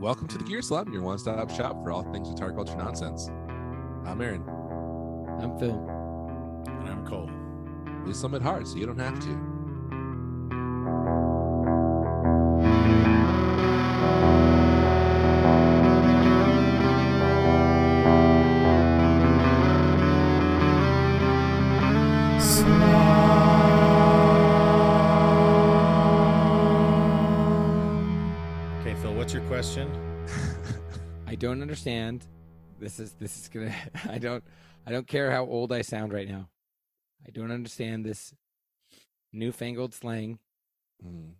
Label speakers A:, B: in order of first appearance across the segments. A: Welcome to the Gears Lab, your one stop shop for all things guitar culture nonsense. I'm Aaron.
B: I'm Phil.
C: And I'm Cole.
A: We summit hard, so you don't have to.
C: Okay, Phil, what's your question?
B: I don't understand. This is this is gonna. I don't. I don't care how old I sound right now. I don't understand this newfangled slang
A: Mm.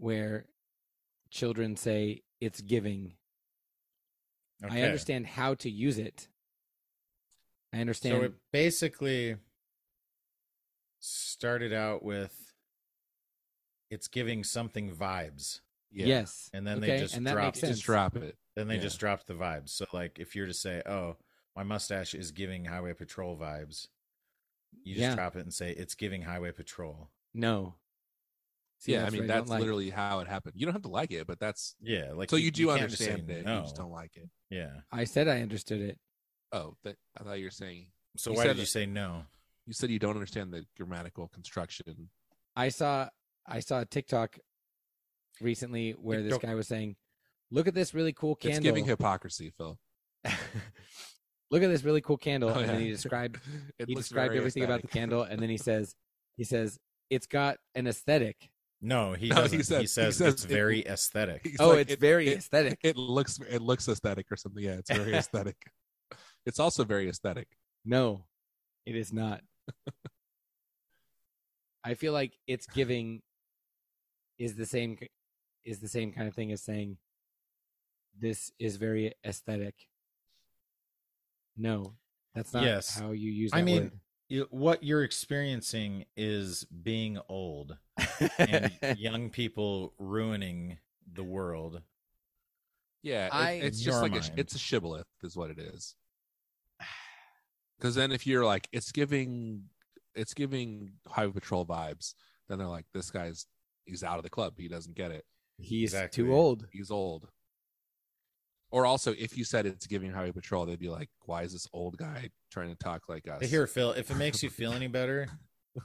B: where children say it's giving.
C: Okay.
B: I understand how to use it. I understand.
C: So it basically started out with it's giving something vibes,
A: Yeah,
B: Yes.
C: and then
B: Okay,
C: they just
B: and that
C: dropped.
B: makes sense.
A: Just drop it.
C: Then they
A: Yeah.
C: just dropped the vibes. So like, if you're to say, "Oh, my mustache is giving Highway Patrol vibes," you just
B: Yeah.
C: drop it and say, "It's giving Highway Patrol."
B: No. See,
A: yeah, I
B: that's
A: mean
B: what don't
A: that's
B: like.
A: literally how it happened. You don't have to like it, but that's
C: Yeah, like
A: so you, do
C: can't just say
A: understand it. You just
C: no.
A: don't like it.
C: Yeah.
B: I said I understood it.
A: Oh, that, I thought you were saying
C: So
A: You
C: why
A: said
C: did
A: it.
C: you say no?
A: you said you don't understand the grammatical construction.
B: I saw I saw a TikTok recently where this
C: TikTok.
B: guy was saying, "Look at this really cool candle."
A: It's giving hypocrisy, Phil.
B: Look at this really cool candle,
A: Oh,
B: and then
A: yeah.
B: he described
A: It
B: he
A: looks
B: described
A: very
B: everything about the
A: aesthetic.
B: candle, and then he says he says it's got an aesthetic.
C: No, he
A: No, he
C: doesn't. he,
A: said- he
C: says
A: says
C: it's
A: it-
C: very aesthetic.
A: He's
B: oh,
A: like,
B: it's
A: it-
B: very
A: it-
B: aesthetic.
A: It looks it looks aesthetic or something. Yeah, it's very aesthetic. It's also very aesthetic.
B: no, it is not. I feel like it's giving is the same is the same kind of thing as saying this is very aesthetic. No, that's not
C: Yes.
B: how you use. That
C: I mean,
B: word.
C: you- what you're experiencing is being old and young people ruining the world.
A: Yeah, it-
B: I-
A: it's just
C: In your
A: like a, sh-
C: mind.
A: it's a shibboleth, is what it is. Because then, if you're like, it's giving, it's giving Highway Patrol vibes, then they're like, this guy's he's out of the club. He doesn't get it.
B: he's
C: Exactly.
B: too old.
A: He's old. Or also, if you said it's giving Highway Patrol, they'd be like, why is this old guy trying to talk like us?
C: Here, Phil, if it makes you feel any better,
B: Who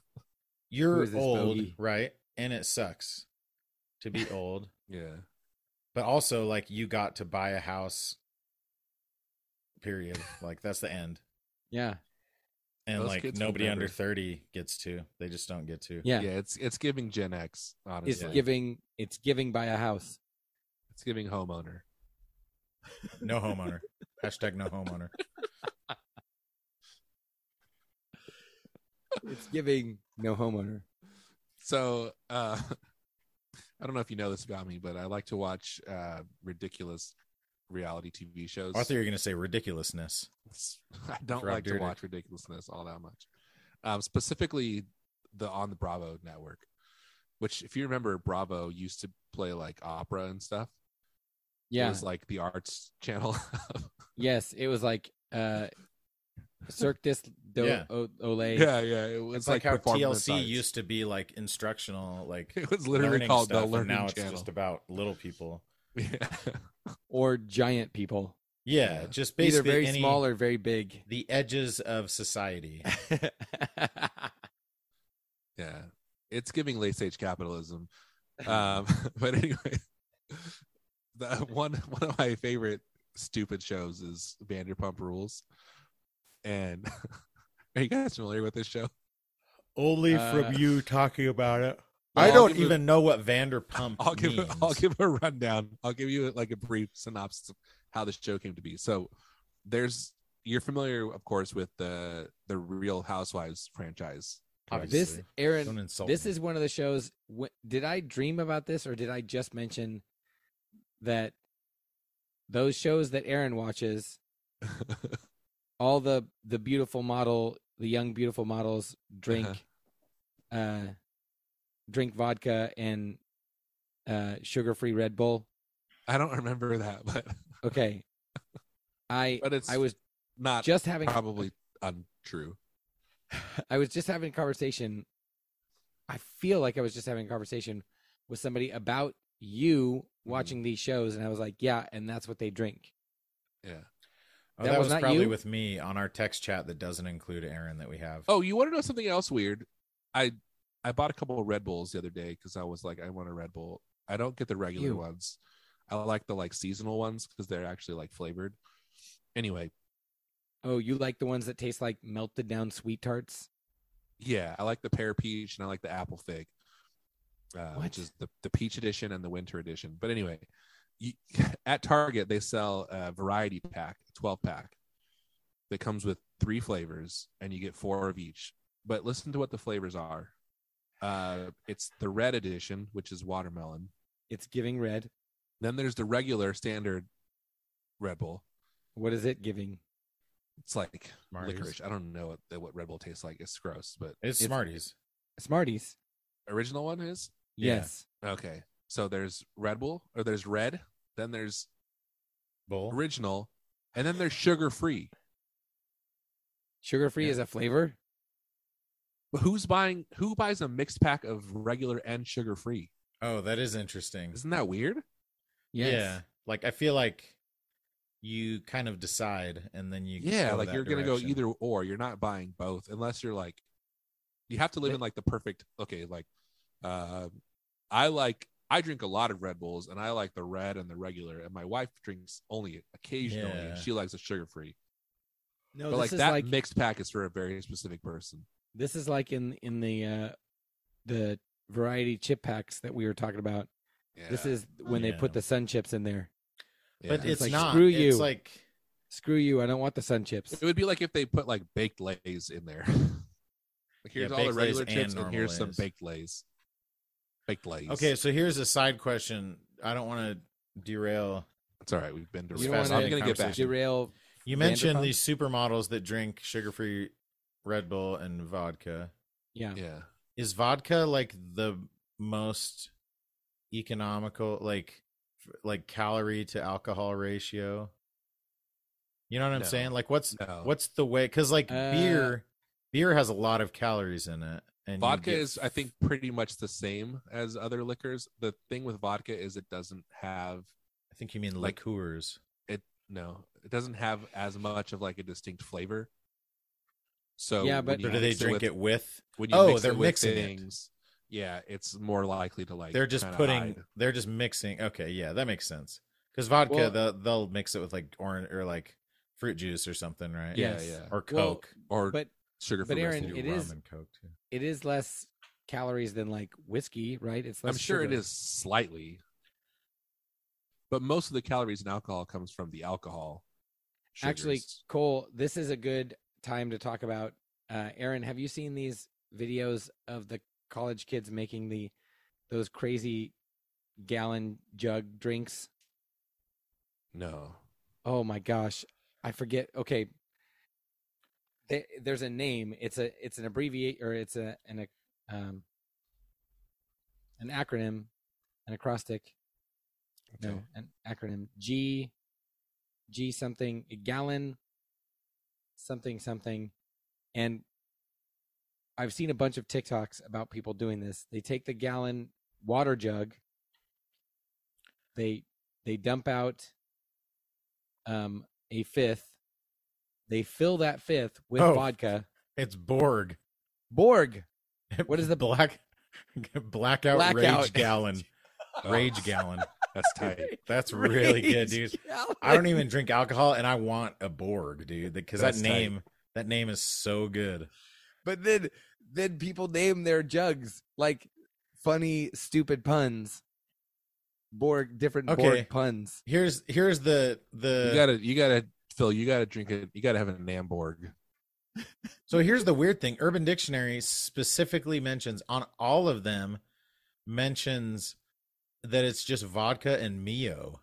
C: you're
B: is this
C: old,
B: bogey?
C: right? And it sucks to be old,
A: yeah,
C: but also like you got to buy a house. Period. Like that's the end.
B: Yeah,
C: And
A: Those
C: like
A: kids will
C: nobody under
A: never-
C: 30 gets to. They just don't get to.
B: yeah.
A: yeah, It's it's giving Gen X.
B: It's
A: Honestly,
B: giving. It's giving by a house.
A: it's giving homeowner.
C: No homeowner. Hashtag no homeowner.
B: It's giving no homeowner.
A: so uh i don't know if you know this about me but i like to watch uh ridiculous reality tv shows
C: Arthur, you're going to say ridiculousness.
A: i don't
C: Rob
A: like to
C: Dyrdek.
A: watch ridiculousness all that much um specifically the on the bravo network which if you remember bravo used to play like opera and stuff it
B: Yeah.
A: was like the arts channel
B: yes, it was like uh Cirque du do-
C: Yeah.
B: o- Olay.
A: yeah yeah it was
C: It's like, how
A: performance
C: TLC
A: arts.
C: used to be like instructional, like
A: it was literally called
C: stuff,
A: the
C: and
A: learning
C: now it's
A: channel
C: just about little people.
A: yeah.
B: Or giant people.
C: Yeah,
A: Yeah.
C: just
B: Either
C: basically
B: very
C: any-
B: small or very big.
C: the edges of society.
A: yeah it's giving late stage capitalism um but anyway the one one of my favorite stupid shows is vanderpump rules and are you guys familiar with this show
C: Only
B: from Uh,
C: you talking about it.
A: I
C: I
A: don't
C: don't even know what Vanderpump
A: i'll give
C: means.
A: i'll give a rundown i'll give you like a brief synopsis of how this show came to be so there's you're familiar of course with the the real housewives franchise
C: Obviously.
B: this
C: don't
B: Aaron
C: insult.
B: this
C: me.
B: is one of the shows wh- did I dream about this or did I just mention that those shows that Aaron watches all the the beautiful model the young beautiful models drink
C: Uh-huh.
B: uh drink vodka and uh sugar-free red bull
A: i don't remember that but
B: okay i
A: but it's
B: i was
A: not
B: just having
A: probably untrue
B: i was just having a conversation i feel like i was just having a conversation with somebody about you
C: Mm-hmm.
B: watching these shows, and I was like, yeah, and that's what they drink.
A: Yeah.
C: Oh,
B: That
C: that,
B: was
C: was,
B: not
C: probably
B: you?
C: with me on our text chat that doesn't include Aaron that we have.
A: Oh, you want to know something else weird? I I bought a couple of Red Bulls the other day because I was like, I want a Red Bull. I don't get the regular
B: Ew.
A: ones. I like the like seasonal ones because they're actually like flavored. Anyway,
B: Oh, you like the ones that taste like melted down sweet tarts?
A: yeah, I like the pear peach and I like the apple fig, uh,
B: What?
A: which is the the peach edition and the winter edition. But anyway, you, at Target they sell a variety pack, twelve pack, that comes with three flavors, and you get four of each. But listen to what the flavors are. Uh, it's the red edition, which is watermelon.
B: It's giving red.
A: Then there's the regular standard Red Bull.
B: What is it giving?
A: It's like
C: Smarties.
A: licorice. I don't know what, what Red Bull tastes like. It's gross, but
C: It's,
B: It's-
C: Smarties.
B: Smarties.
A: original one is
C: Yeah.
B: Yes.
A: Okay. So there's Red Bull or there's red, then there's
C: Bowl.
A: original, and then there's sugar free.
B: Sugar free
A: Yeah.
B: is a flavor.
A: But who's buying who buys a mixed pack of regular and sugar free?
C: Oh, that is interesting.
A: Isn't that weird?
B: Yes.
C: Yeah. Like I feel like you kind of decide and then you
A: yeah,
C: go
A: like
C: that
A: you're gonna go
C: direction.
A: either or. You're not buying both unless you're like you have to live in like the perfect okay, like uh I like I drink a lot of Red Bulls and I like the red and the regular, and my wife drinks only occasionally
C: Yeah.
A: and she likes a sugar free.
B: No,
A: but
B: this
A: like
B: is
A: that
B: like
A: mixed pack is for a very specific person.
B: this is like in in the uh the variety chip packs that we were talking about.
A: Yeah.
B: This is when they
C: Yeah.
B: put the sun chips in there.
A: Yeah.
C: But
B: It's
C: it's,
B: like,
C: not
B: screw you.
C: It's like
B: Screw you, I don't want the sun chips.
A: It would be like if they put like baked lays in there. like here's all the
C: baked Lay's
A: regular
C: and
A: chips, and
C: normal
A: here's some
C: Lay's.
A: baked lays. Baked lays.
C: Okay, so here's a side question. I don't want to derail.
A: it's all right. We've been
C: You
A: derailed.
B: don't wanna-
A: I'm gonna get back.
C: Conversation.
B: Derail
C: You mentioned
B: Vanderpump?
C: these supermodels that drink sugar-free Red Bull and vodka.
B: yeah.
A: Yeah,
C: Is vodka like the most economical like f- like calorie to alcohol ratio? You know what I'm
A: No.
C: saying? Like what's
A: No.
C: what's the way cuz like
B: Uh,
C: beer beer has a lot of calories in it and you
A: vodka
C: get-
A: is I think pretty much the same as other liquors. The thing with vodka is it doesn't have
C: I think you mean
A: like-
C: liqueurs.
A: no, it doesn't have as much of like a distinct flavor. So
B: Yeah,
A: when
B: but-
A: you
C: Or do they
A: mix
C: drink
A: with,
C: it with
A: When you
C: Oh,
A: mix
C: they're
A: it with
C: mixing it.
A: things. Yeah, it's more likely to like.
C: they're just
A: kinda
C: putting
A: hide.
C: they're just mixing okay yeah that makes sense because vodka
B: Well-
C: they'll, they'll mix it with like orange or like fruit juice or something right
A: Yeah,
B: Yes.
A: yeah,
C: or
B: Well,
C: coke
A: or
B: But
A: sugar.
B: but
A: free
B: Aaron,
A: residue.
B: it
C: rum
B: is-
C: and coke too
B: it is less calories than like whiskey, right? It's less
A: I'm sure it
B: sugar.
A: is slightly, but most of the calories in alcohol comes from the alcohol.
B: Actually,
A: sugars.
B: Cole, this is a good time to talk about. Uh, Aaron, have you seen these videos of the college kids making the those crazy gallon jug drinks?
A: no.
B: Oh my gosh, I forget. Okay, There- there's a name. It's a it's an abbreviate or it's a an ac- um an acronym, an acrostic.
A: Okay.
B: No, an acronym G G something gallon something something, and I've seen a bunch of TikToks about people doing this. They take the gallon water jug. They they dump out um, a fifth. They fill that fifth with
C: Oh.
B: vodka.
C: it's borg
B: Borg. What is the-
C: black blackout,
B: Blackout.
C: rage gallon
A: Oh,
C: rage gallon
A: That's tight.
C: that's really good dude i don't even drink alcohol and i want a borg dude because that
A: That's tight.
C: name that name is so good
B: But then then people name their jugs like funny stupid puns. Borg different
C: Okay.
B: Borg puns.
C: here's here's the
B: Uh,
C: the
A: you gotta, you gotta, Phil. You gotta drink it. You gotta have a Namborg.
C: So here's the weird thing. Urban Dictionary specifically mentions on all of them mentions that it's just vodka and Mio.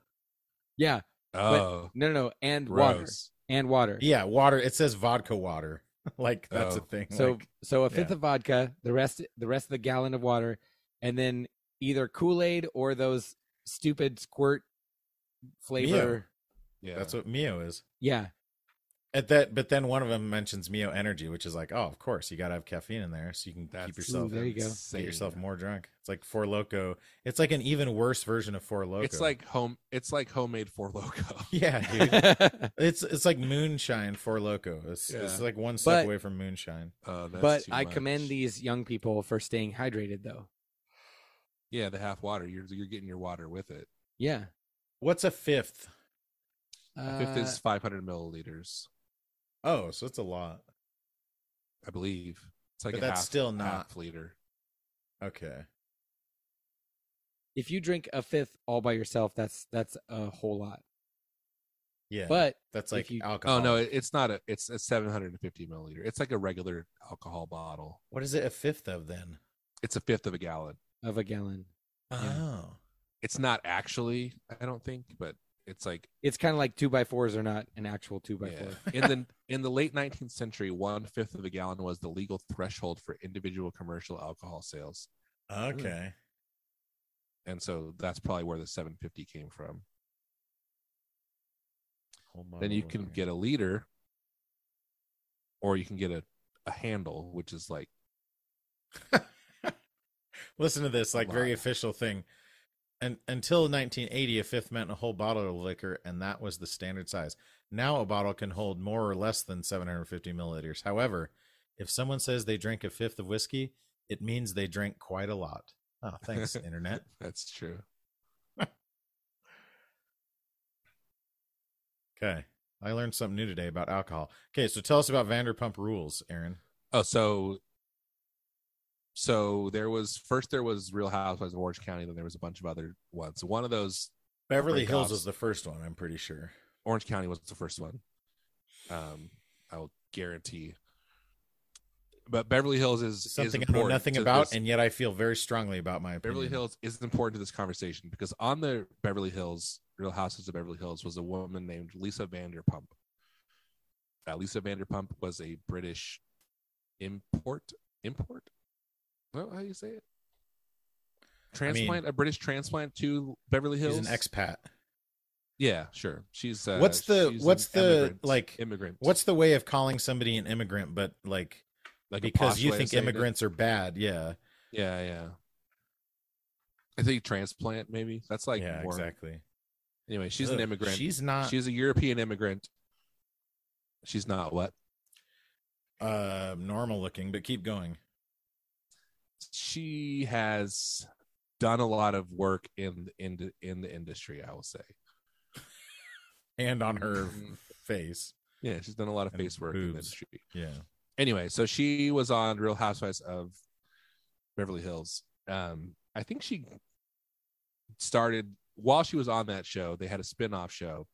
B: Yeah.
A: Oh,
B: No, no, no. And water.
A: gross.
B: And water.
C: Yeah, water. It says vodka water. like that's a
A: Oh.
C: thing.
B: So
C: like,
B: so a fifth
C: yeah.
B: of vodka, the rest the rest of the gallon of water, and then either Kool Aid or those stupid squirt flavor.
A: Yeah,
C: that's what Mio is.
B: Yeah.
C: At that, but then one of them mentions Mio Energy, which is like, oh, of course, you gotta have caffeine in there so you can keep
A: That's-
C: yourself
B: Ooh, there you go.
C: get
A: Insane.
C: yourself more drunk. It's like Four Loco. It's like an even worse version of Four Loco.
A: It's like home. It's like homemade four loco.
C: yeah, dude. It's it's like moonshine for loco. It's, it's
A: Yeah.
C: like one step
B: But-
C: away from moonshine.
A: Oh, that's
B: but
A: too
B: I
A: much.
B: commend these young people for staying hydrated, though.
A: Yeah, the half water. You're you're getting your water with it.
B: Yeah.
C: What's a fifth?
A: A
B: Uh,
A: Fifth is 500 milliliters,
C: Oh, so it's a lot.
A: I believe. It's like
C: But
A: a
C: that's
A: half,
C: still
A: half
C: not-
A: liter.
C: Okay.
B: if you drink a fifth all by yourself, that's that's a whole lot.
C: Yeah.
B: But
C: that's
B: if
C: like
B: you- Oh,
C: alcohol.
A: Oh no, it- it's not a. It's a 750 milliliter. It's like a regular alcohol bottle.
C: what is it a fifth of then?
A: It's a fifth of a gallon.
B: of a gallon,
A: Uh-huh.
C: Oh.
A: It's not actually. I don't think, but it's like
B: it's kind of like two by fours are not an actual two by
A: yeah.
B: four.
A: in the in the late 19th century, one fifth of a gallon was the legal threshold for individual commercial alcohol sales,
C: Oh, Okay.
A: and so that's probably where the 750 came from. then you
C: Oh,
A: can get a liter or you can get a, a handle which is like
C: Listen to this,
A: A
C: like very
A: lot.
C: official thing. And until 1980, a fifth meant a whole bottle of liquor, and that was the standard size. Now a bottle can hold more or less than 750 milliliters. However, if someone says they drink a fifth of whiskey, it means they drink quite a lot. Oh, thanks, internet.
A: that's true
C: Okay, I learned something new today about alcohol. Okay, so tell us about Vanderpump Rules, Aaron.
A: oh so so there was first there was real housewives of orange county then there was a bunch of other ones one of those
C: Beverly
A: Break
C: Hills
A: offs.
C: was the first one, I'm pretty sure.
A: orange county was the first one um i'll guarantee but beverly hills is is
C: Something I know
A: important
C: nothing
A: to
C: about,
A: this-
C: and yet I feel very strongly about my opinion.
A: Beverly Hills is important to this conversation because on the Beverly Hills Real Houses of Beverly Hills was a woman named Lisa Vanderpump. Uh, Lisa Vanderpump was a British import import. Well, how do you say it? Transplant, a British transplant to Beverly Hills.
C: He's an expat.
A: Yeah, sure. She's uh,
C: What's the-
A: she's
C: what's
A: an
C: the,
A: immigrant-
C: like,
A: immigrant?
C: What's the way of calling somebody an immigrant, but like,
A: like a
C: because
A: posh
C: you
A: way of
C: think
A: saying it?
C: immigrants are bad? Yeah,
A: Yeah, yeah. I think transplant maybe. That's like
C: yeah,
A: more-
C: exactly.
A: Anyway, she's
C: Ugh,
A: an immigrant.
C: She's not.
A: she's a European immigrant. She's not what?
C: uh, normal looking, but keep going.
A: She has done a lot of work in in the, in the industry. I will say,
C: Hand on her
A: Mm.
C: face.
A: yeah, she's done a lot of
C: And
A: face work in the
C: boobs.
A: industry.
C: Yeah.
A: Anyway, so she was on Real Housewives of Beverly Hills. Um, I think she started while she was on that show. They had a spin off show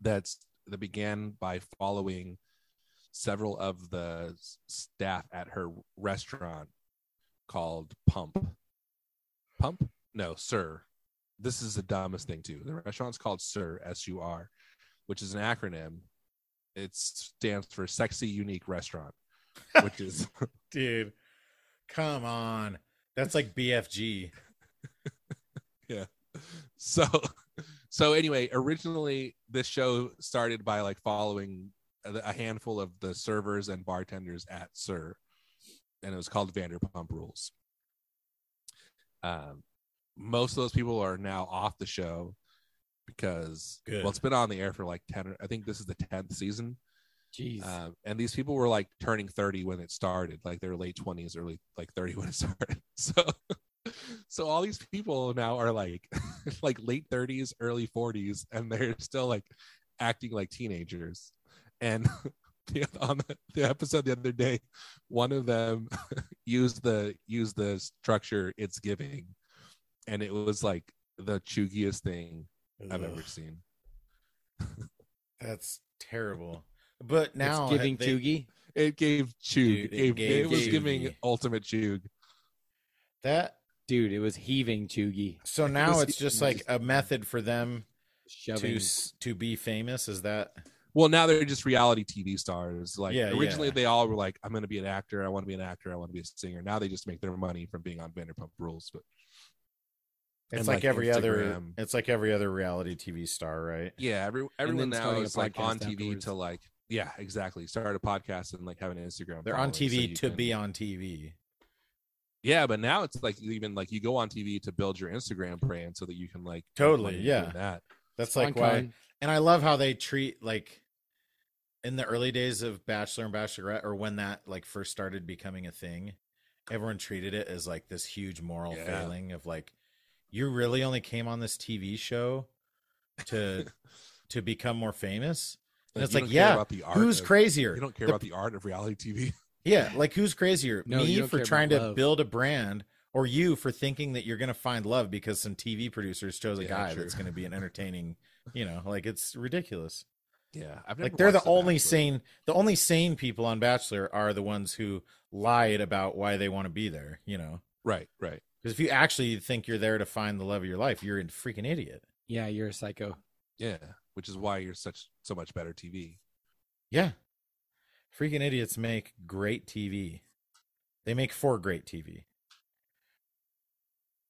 A: that's that began by following several of the s- staff at her restaurant called Pump. Pump? No, Sir. This is the dumbest thing too. The restaurant's called Sir S U R, which is an acronym. It stands for Sexy Unique Restaurant, which is
C: Dude, come on. That's like BFG.
A: so so anyway originally this show started by like following a a handful of the servers and bartenders at sir and it was called vanderpump rules um most of those people are now off the show because
C: Good.
A: well it's been on the air for like 10 or- i think this is the 10th season
B: Jeez.
A: um, and these people were like turning 30 when it started, like their late 20s, early like 30 when it started. So, so all these people now are like, like late 30s, early 40s, and they're still like acting like teenagers. And the, on the, the episode the other day, one of them used the used the structure it's giving, and it was like the choogiest thing I've ever
C: Ugh,
A: seen.
C: That's terrible. But now
B: it's giving
C: they-
B: Toogie.
A: It gave chug.
C: Dude, it
A: It, gave,
C: gave
A: it was giving
C: chuggy.
A: ultimate chug.
C: that
B: Dude, it was heaving Toogie.
C: so now
A: was-
C: it's just like a method for them to
B: Shoving.
C: s- to be famous. Is that
A: Well, now they're just reality TV stars. Like
C: Yeah,
A: originally,
C: yeah.
A: they all were like, "I'm going to be an actor. I want to be an actor. I want to be a singer." Now they just make their money from being on Vanderpump Rules. But
C: It's
A: And,
C: like,
A: like,
C: every other
A: Instagram.
C: it's like every other reality TV star, right?
A: Yeah, every, everyone
B: then
A: now
B: starting a
A: is like
B: podcast
A: on TV
B: afterwards.
A: to like, yeah, exactly. Start a podcast and like have an Instagram.
C: They're
A: following,
C: on
A: Oh, so
C: TV
A: you
C: to
A: can-
C: be on TV.
A: Yeah, but now it's like even like you go on TV to build your Instagram brand so that you can like make
C: Totally,
A: money
C: yeah.
A: doing that.
C: That's like
B: Con
C: why
B: Con.
C: and I love how they treat like in the early days of Bachelor and Bachelorette, or when that like first started becoming a thing, everyone treated it as like this huge moral
A: Yeah.
C: failing of like, you really only came on this TV show to to become more famous. And it's
A: you
C: like,
A: don't care
C: yeah,
A: about the art
C: Who's
A: of-
C: crazier?
A: You don't care
C: The-
A: about the art of reality TV.
C: yeah, like who's crazier?
B: No, you
C: Me
B: don't
C: for
B: care about
C: trying to
B: love.
C: build a brand, or you for thinking that you're gonna find love because some TV producers chose a
A: Yeah,
C: guy
A: true.
C: that's gonna be an entertaining. You know, like it's ridiculous
A: Yeah, I've never
C: like they're the
A: watched
C: only
A: Bachelor.
C: sane the only sane people on bachelor are the ones who lied about why they want to be there you know
A: Right, right.
C: because if you actually think you're there to find the love of your life you're a freaking idiot
B: Yeah, you're a psycho.
A: Yeah, which is why you're such so much better TV.
C: yeah freaking idiots make great tv they make for great tv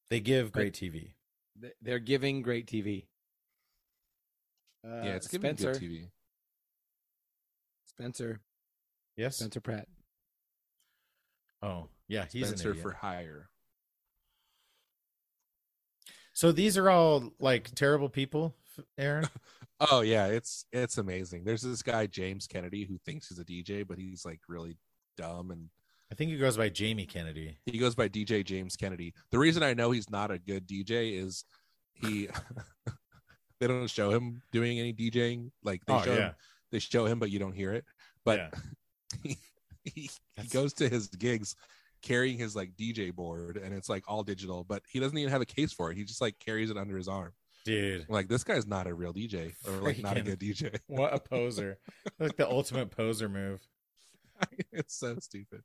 C: they give great tv
B: Th- They're giving great TV. Uh,
A: yeah, it's giving
B: Spencer.
A: good TV.
B: Spencer.
C: yes
B: Spencer Pratt.
C: oh yeah he's
A: Spencer
C: an idiot.
A: for hire.
C: so these are all like terrible people aaron
A: Oh yeah, it's it's amazing. There's this guy James Kennedy who thinks he's a DJ, but he's like really dumb and
C: i think he goes by jamie kennedy
A: he goes by DJ James Kennedy. The reason I know he's not a good DJ is he they don't show him doing any DJing. Like they show him, they show him, but you don't hear it. But
C: Oh, Yeah.
A: he, he, he
C: That's-
A: goes to his gigs carrying his like DJ board, and it's like all digital. But he doesn't even have a case for it. He just like carries it under his arm.
C: dude
A: I'm like this guy's not a real DJ or like not a
C: Freaking-
A: good DJ.
C: What a poser. like the ultimate poser move.
A: it's so stupid.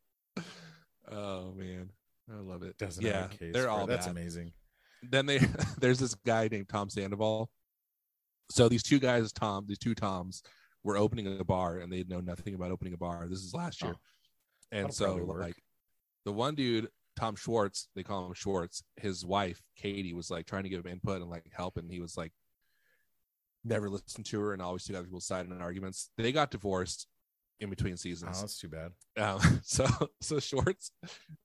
A: Oh man, I love it.
C: Doesn't
A: yeah,
C: have a case.
A: they're
C: for-
A: all
C: that's
A: bad.
C: amazing.
A: then they there's this guy named Tom Sandoval. So these two guys, Tom, these two Toms, were opening a bar and they'd know nothing about opening a bar. This is last year.
C: Oh.
A: and
C: That'll
A: so
C: probably work.
A: like the one dude, Tom Schwartz, they call him Schwartz, his wife, Katie, was like trying to give him input and like help, and he was like never listened to her and always took other people's side in arguments. They got divorced in between
C: Oh,
A: seasons.
C: that's too bad.
A: Um, so so Schwartz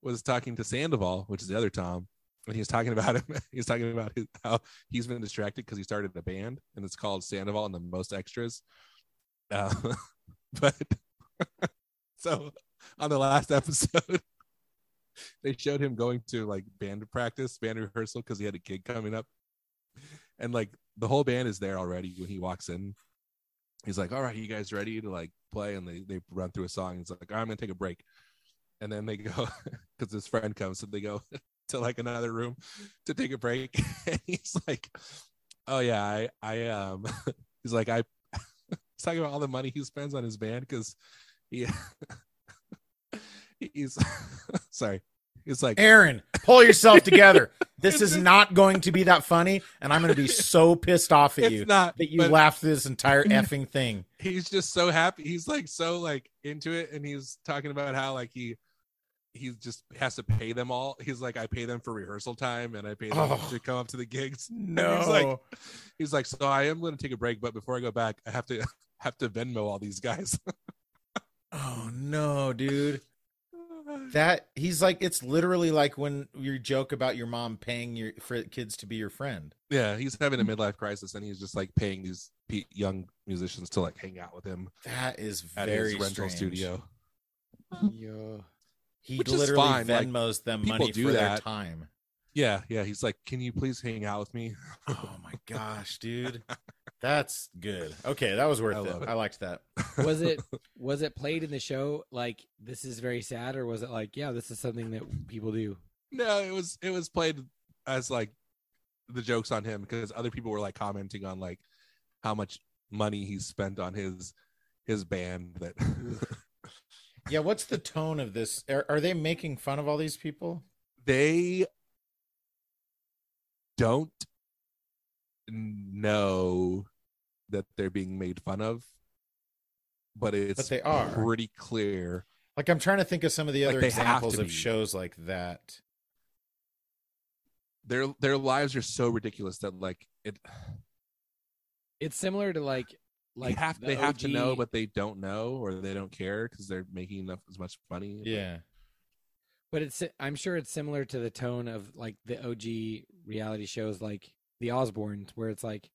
A: was talking to Sandoval, which is the other Tom, and he was talking about him. He was talking about his, how he's been distracted because he started a band, and it's called Sandoval and the Most Extras. Uh, but so on the last episode, they showed him going to like band practice, band rehearsal, because he had a gig coming up, and like the whole band is there already when he walks in he's like, "All right, you guys ready to like play?" And they they run through a song. And it's like, "All right, "I'm gonna take a break," and then they go because his friend comes, and they go to like another room to take a break. and he's like, "Oh yeah, I I um," he's like, "I." he's talking about all the money he spends on his band because he he's sorry. He's like,
C: Aaron, pull yourself together. this is not going to be that funny, and I'm going to be so pissed off at
A: it's
C: you
A: not
C: that you
A: but-
C: laughed through this entire effing thing.
A: he's just so happy he's like so like into it and he's talking about how like he he just has to pay them all he's like i pay them for rehearsal time and i pay them
C: Oh.
A: to come up to the gigs
C: No.
A: He's like- he's like so i am going to take a break but before i go back i have to have to venmo all these guys
C: oh, no, dude. That he's like, it's literally like when you joke about your mom paying your for kids to be your friend.
A: yeah he's having a midlife crisis and he's just like paying these pe- young musicians to like hang out with him
C: That is
A: at
C: very
A: his rental
C: strange.
A: studio
B: Yo.
C: He
A: Which is
C: literally
A: fine, like,
C: Venmos them
A: people
C: money
A: do
C: for their
A: that.
C: time.
A: yeah yeah he's like can you please hang out with me
C: Oh my gosh, dude. That's good. Okay, that was worth
A: I
C: it.
A: love it.
C: I liked that.
B: Was it was it played in the show like this is very sad or was it like, yeah, this is something that people do?
A: No, it was it was played as like the jokes on him because other people were like commenting on like how much money he spent on his his band that
C: Yeah, what's the tone of this? Are, are they making fun of all these people?
A: they don't know that they're being made fun of but it's
C: they are.
A: pretty clear
C: Like I'm trying to think of some of the
A: Like,
C: other
A: they have
C: examples
A: to
C: of
A: be.
C: shows like that.
A: their their lives are so ridiculous that like it
B: It's similar to like like
A: like have,
B: the
A: they have to
B: OG
A: know but they don't know or they don't care because they're making enough as much money
C: Yeah.
B: But it's I'm sure it's similar to the tone of like the OG reality shows like The Osbournes where it's like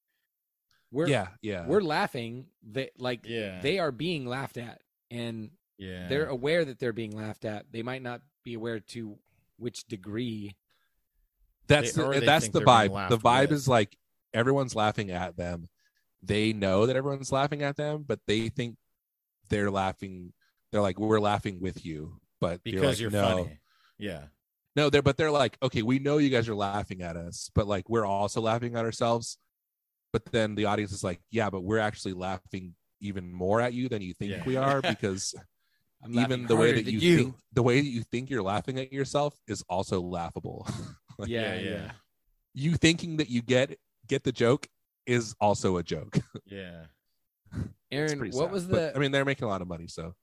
B: we're
A: yeah yeah
B: we're laughing that like
C: Yeah.
B: they are being laughed at and
C: yeah.
B: they're aware that they're being laughed at. They might not be aware to which degree.
A: that's
C: They- or
A: the,
C: they
A: that's
C: think
A: the
C: they're
A: vibe
C: being laughed
A: the vibe
C: with.
A: is like everyone's laughing at them they know that everyone's laughing at them but they think they're laughing they're like we're laughing with you but
C: because you're,
A: like, no
C: funny. Yeah.
A: no they're but they're like okay we know you guys are laughing at us but like we're also laughing at ourselves but then the audience is like yeah but we're actually laughing even more at you than you think
C: Yeah.
A: we are because
B: I'm
A: even
B: laughing
A: the way
B: harder
A: that
B: than
A: you, think the way that you think you're laughing at yourself is also laughable Like,
B: yeah,
C: Yeah,
B: yeah,
C: yeah.
A: you thinking that you get get the joke is also a joke It's
C: Yeah.
B: Aaron,
A: pretty
B: what
A: sad.
B: was the
A: But, i mean they're making a lot of money so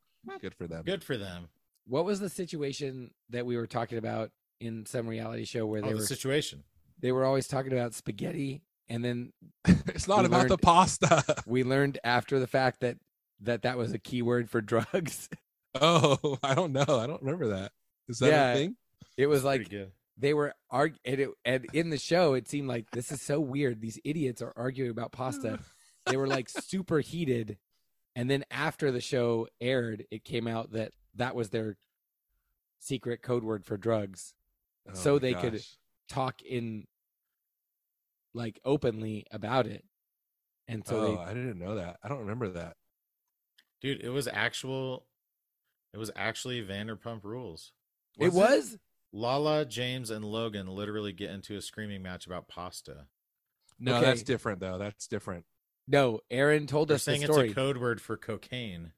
A: good for them
C: Good for them.
B: what was the situation that we were talking about in some reality show where
C: Oh,
B: they
C: the
B: were
C: situation.
B: they were always talking about spaghetti and then
A: it's not
B: We
A: about the
B: learned-
A: pasta
B: we learned after the fact that that that was a key word for drugs.
A: oh i don't know i don't remember that is that
B: Yeah.
A: a thing
B: It was
C: Pretty
B: like
C: good.
B: they were arg and, it, and in the show it seemed like this is so weird. These idiots are arguing about pasta. They were like super heated, and then after the show aired, it came out that that was their secret code word for drugs.
A: Oh
B: So
A: my
B: they could-
A: gosh.
B: Talk in like openly about it, and so
A: oh,
B: they
A: I didn't know that. I don't remember that.
C: Dude, it was actual it was actually Vanderpump Rules.
B: it was
C: Lala, James, and Logan literally get into a screaming match about pasta.
A: No,
B: Okay.
A: that's different though. That's different.
B: no. Aaron told
C: They're
B: us the
C: saying it's
B: story.
C: a code word for cocaine.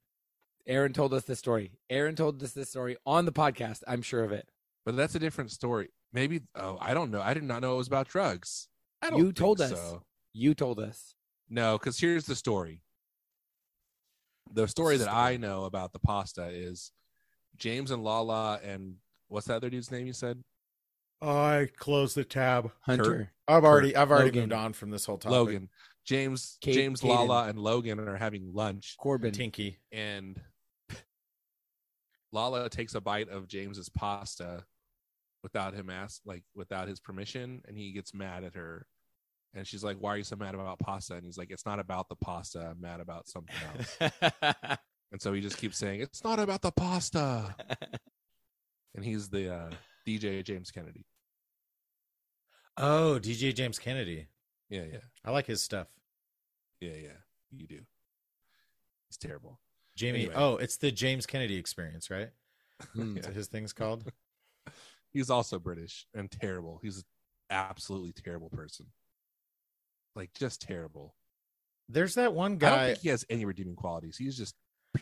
B: Aaron told us this story. Aaron told us this story on the podcast. I'm sure of it.
A: But that's a different story. Maybe oh, I don't know. I did not know it was about drugs. I don't
B: You
A: think
B: told us.
A: so.
B: You told us.
A: No, because here's the story. The story that
C: Story.
A: I know about the pasta is James and Lala and what's that other dude's name you said?
C: I closed the tab.
B: Hunter.
C: I've already I've already
B: Logan.
C: moved on from this whole topic.
A: Logan. James
B: Ca-
A: James
B: Caden.
A: Lala and Logan are having lunch
B: Corbin.
C: Tinky.
A: and Lala takes a bite of James's pasta without him ask like without his permission and he gets mad at her and she's like why are you so mad about pasta and he's like it's not about the pasta i'm mad about something else and so he just keeps saying it's not about the pasta and he's the uh, dj james kennedy
C: oh, DJ James Kennedy.
A: yeah yeah
C: I like his stuff.
A: yeah yeah you do it's terrible
C: Jamie.
A: Anyway.
C: Oh, it's the James Kennedy experience, right?
B: Hmm.
C: That's what his thing's called.
A: he's also British and terrible. He's an absolutely terrible person. Like just terrible.
C: There's that one
A: I don't
C: guy.
A: think he has any redeeming qualities. He's just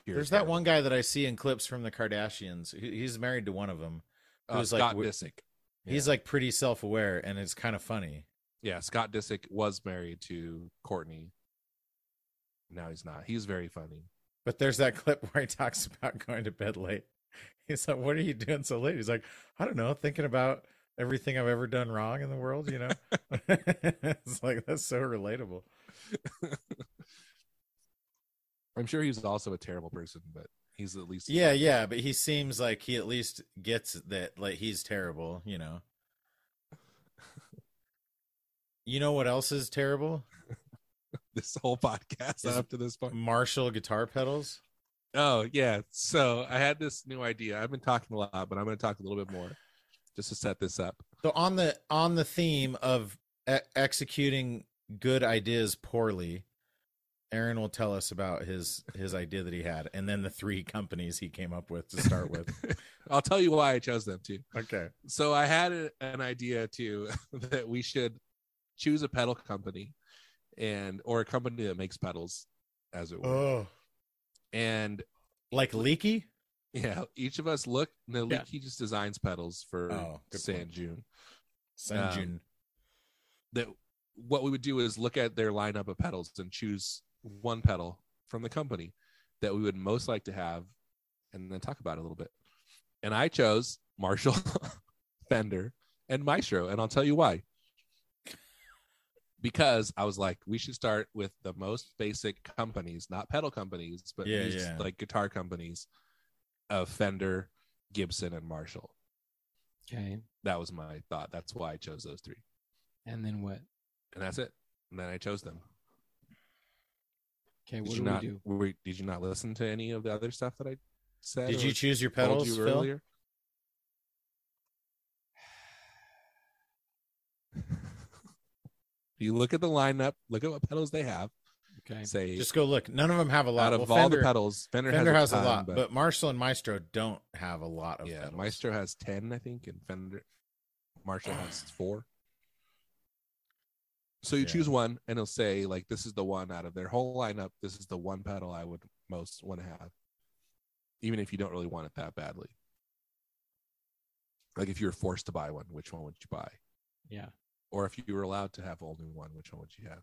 A: pure.
C: There's that
A: terrible.
C: one guy that I see in clips from the Kardashians. He- He's married to one of them.
A: Uh,
C: who's, like,
A: Scott
C: wi-
A: Disick.
C: He's
A: Yeah.
C: like pretty self-aware, and it's kind of funny.
A: yeah. Scott Disick was married to Courtney. Now he's not. He's very funny.
C: But there's that clip where he talks about going to bed late. He's like, "What are you doing so late?" He's like, "I don't know, thinking about everything I've ever done wrong in the world." You know, it's like that's so relatable.
A: I'm sure he's also a terrible person, but he's at least
C: Yeah, yeah, but he seems like he at least gets that like he's terrible, you know. You know what else is terrible?
A: This whole podcast
C: Is-
A: up to this point.
C: Marshall guitar pedals.
A: Oh yeah. So I had this new idea. I've been talking a lot, but I'm going to talk a little bit more just to set this up.
C: So on the on the theme of e- executing good ideas poorly, Aaron will tell us about his his idea that he had and then the three companies he came up with to start with.
A: I'll tell you why I chose them too.
C: okay.
A: so I had a, an idea too that we should choose a pedal company and or a company that makes pedals as it were.
C: Oh.
A: and
C: Like leaky?
A: yeah, each of us look no
B: Yeah.
A: Leaky just designs pedals for
C: Oh, good
A: San
C: point.
A: June.
C: Sanjun.
A: That what we would do is look at their lineup of pedals and choose one pedal from the company that we would most like to have and then talk about it a little bit. And I chose Marshall, Fender, and Maestro, and I'll tell you why. because I was like, we should start with the most basic companies, not pedal companies, but
C: Yeah,
A: music-
C: yeah.
A: like guitar companies of Fender, Gibson, and Marshall.
B: Okay.
A: That was my thought. That's why I chose those three.
B: And then what?
A: And that's it. And then I chose them.
B: Okay.
A: Did
B: What
A: you
B: do
A: not
B: we do?
A: were- did you not listen to any of the other stuff that I said?
C: Did
A: or
C: you choose your
A: told
C: pedals,
A: you
C: Phil?
A: earlier? you look at the lineup, look at what pedals they have.
B: Okay.
A: Say
C: Just go look. None of them have a lot.
A: out of
C: Well,
A: all
C: Fender,
A: the pedals, Fender,
C: Fender
A: has,
C: has, a
A: ton,
C: lot, but...
A: but,
C: Marshall and Maestro don't have a lot of
A: yeah,
C: pedals.
A: Maestro has ten, I think, and Fender Marshall has four. So you
C: Yeah.
A: choose one, and it'll say like, "This is the one out of their whole lineup. This is the one pedal I would most want to have," even if you don't really want it that badly. Like if you were forced to buy one, which one would you buy?
B: Yeah.
A: Or if you were allowed to have only one, which one would you have?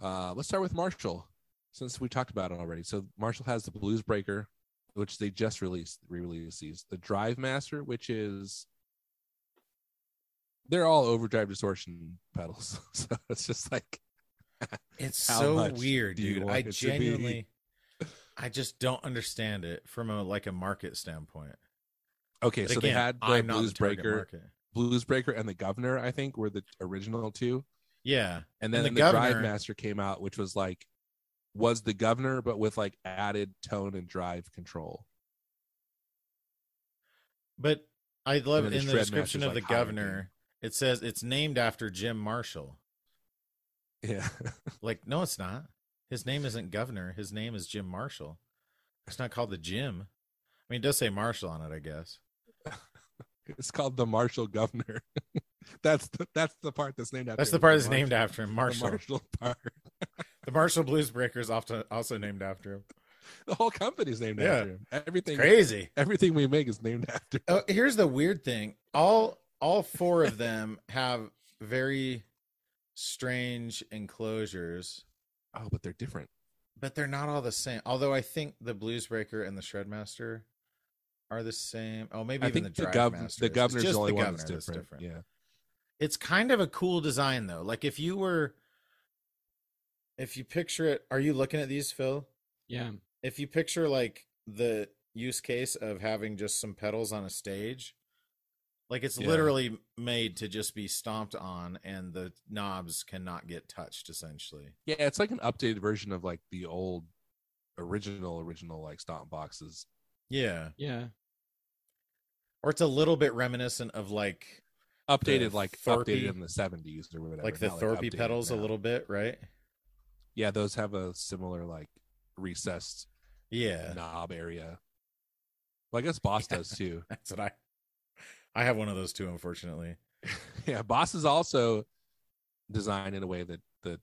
A: Uh, let's start with Marshall, since we talked about it already. So Marshall has the Blues Breaker, which they just released, re-released these. The Drive Master, which is they're all overdrive distortion pedals. So it's just like
C: It's
A: How
C: so
A: much
C: weird,
A: do you
C: dude.
A: want
C: I
A: it to be?
C: genuinely, I just don't understand it from a like a market standpoint.
A: okay,
C: But
A: so they
C: again,
A: had the
C: I'm not
A: Blues
C: the target
A: Breaker,
C: market.
A: Blues Breaker, and the Governor. I think were the original two.
C: Yeah,
A: and then
C: the
A: the, drive
C: Governor-
A: master came out which was like was the governor but with like added tone and drive control
C: but I love
A: And then the
C: in the
A: Shred
C: description
A: Master's,
C: of
A: like,
C: the
A: high-end
C: governor. It says it's named after Jim Marshall.
A: yeah
C: Like, no, it's not. His name isn't Governor. His name is Jim Marshall. It's not called the Jim. I mean, it does say Marshall on it, I guess.
A: it's called the marshall governor that's the that's the part that's named after
C: That's
A: him,
C: the part that's
A: Marshall-
C: named after him, Marshall.
A: the marshall part
C: The Marshall Blues Breaker is often also named after him.
A: the whole company's named
C: Yeah.
A: after him everything
C: Crazy.
A: everything we make is named after him.
C: Oh, here's the weird thing. All all four of them have very strange enclosures,
A: oh but they're different
C: but they're not all the same. Although I think the Blues Breaker and the Shredmaster are the same. Oh, maybe
A: i
C: even
A: think
C: the
A: the,
C: Drive
A: gov-
C: Master.
A: the
C: It's
A: governor's
C: just
A: the only
C: the
A: one that's
C: Governor
A: different. yeah
C: It's kind of a cool design though. Like if you were if you picture it, are you looking at these, Phil?
B: Yeah.
C: if you picture like the use case of having just some pedals on a stage like it's
A: Yeah.
C: literally made to just be stomped on and the knobs cannot get touched essentially
A: yeah it's like an updated version of like the old original original like stomp boxes
C: yeah
B: Yeah.
C: or it's a little bit reminiscent of like
A: updated
C: The
A: like
C: Thorpey-
A: updated in the 70s or whatever
C: like the
A: not,
C: Thorpe
A: updated
C: pedals a
A: now.
C: little bit right
A: yeah those have a similar like recessed
C: yeah
A: knob area well, i guess boss
C: Yeah.
A: does too
C: that's what i i have one of those too unfortunately
A: yeah boss is also designed in a way that the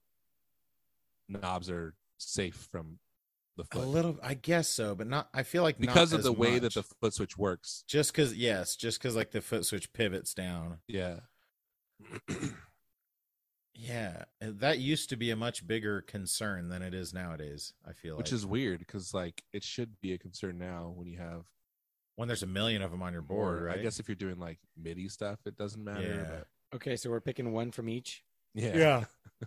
A: knobs are safe from the
C: a
A: foot
C: little i guess so but not i feel like not
A: because of
C: as
A: the way that the
C: much.
A: foot switch works
C: just because yes just because like the foot switch pivots down
A: yeah
C: Yeah, uh, that used to be a much bigger concern than it is nowadays. I feel
A: which
C: like.
A: is weird because like it should be a concern now when you have
C: when there's a million of them on your board,
A: more-
C: right?
A: i guess if you're doing like midi stuff it doesn't matter
B: Okay. So we're picking one from each.
A: yeah. but yeah
C: Yeah.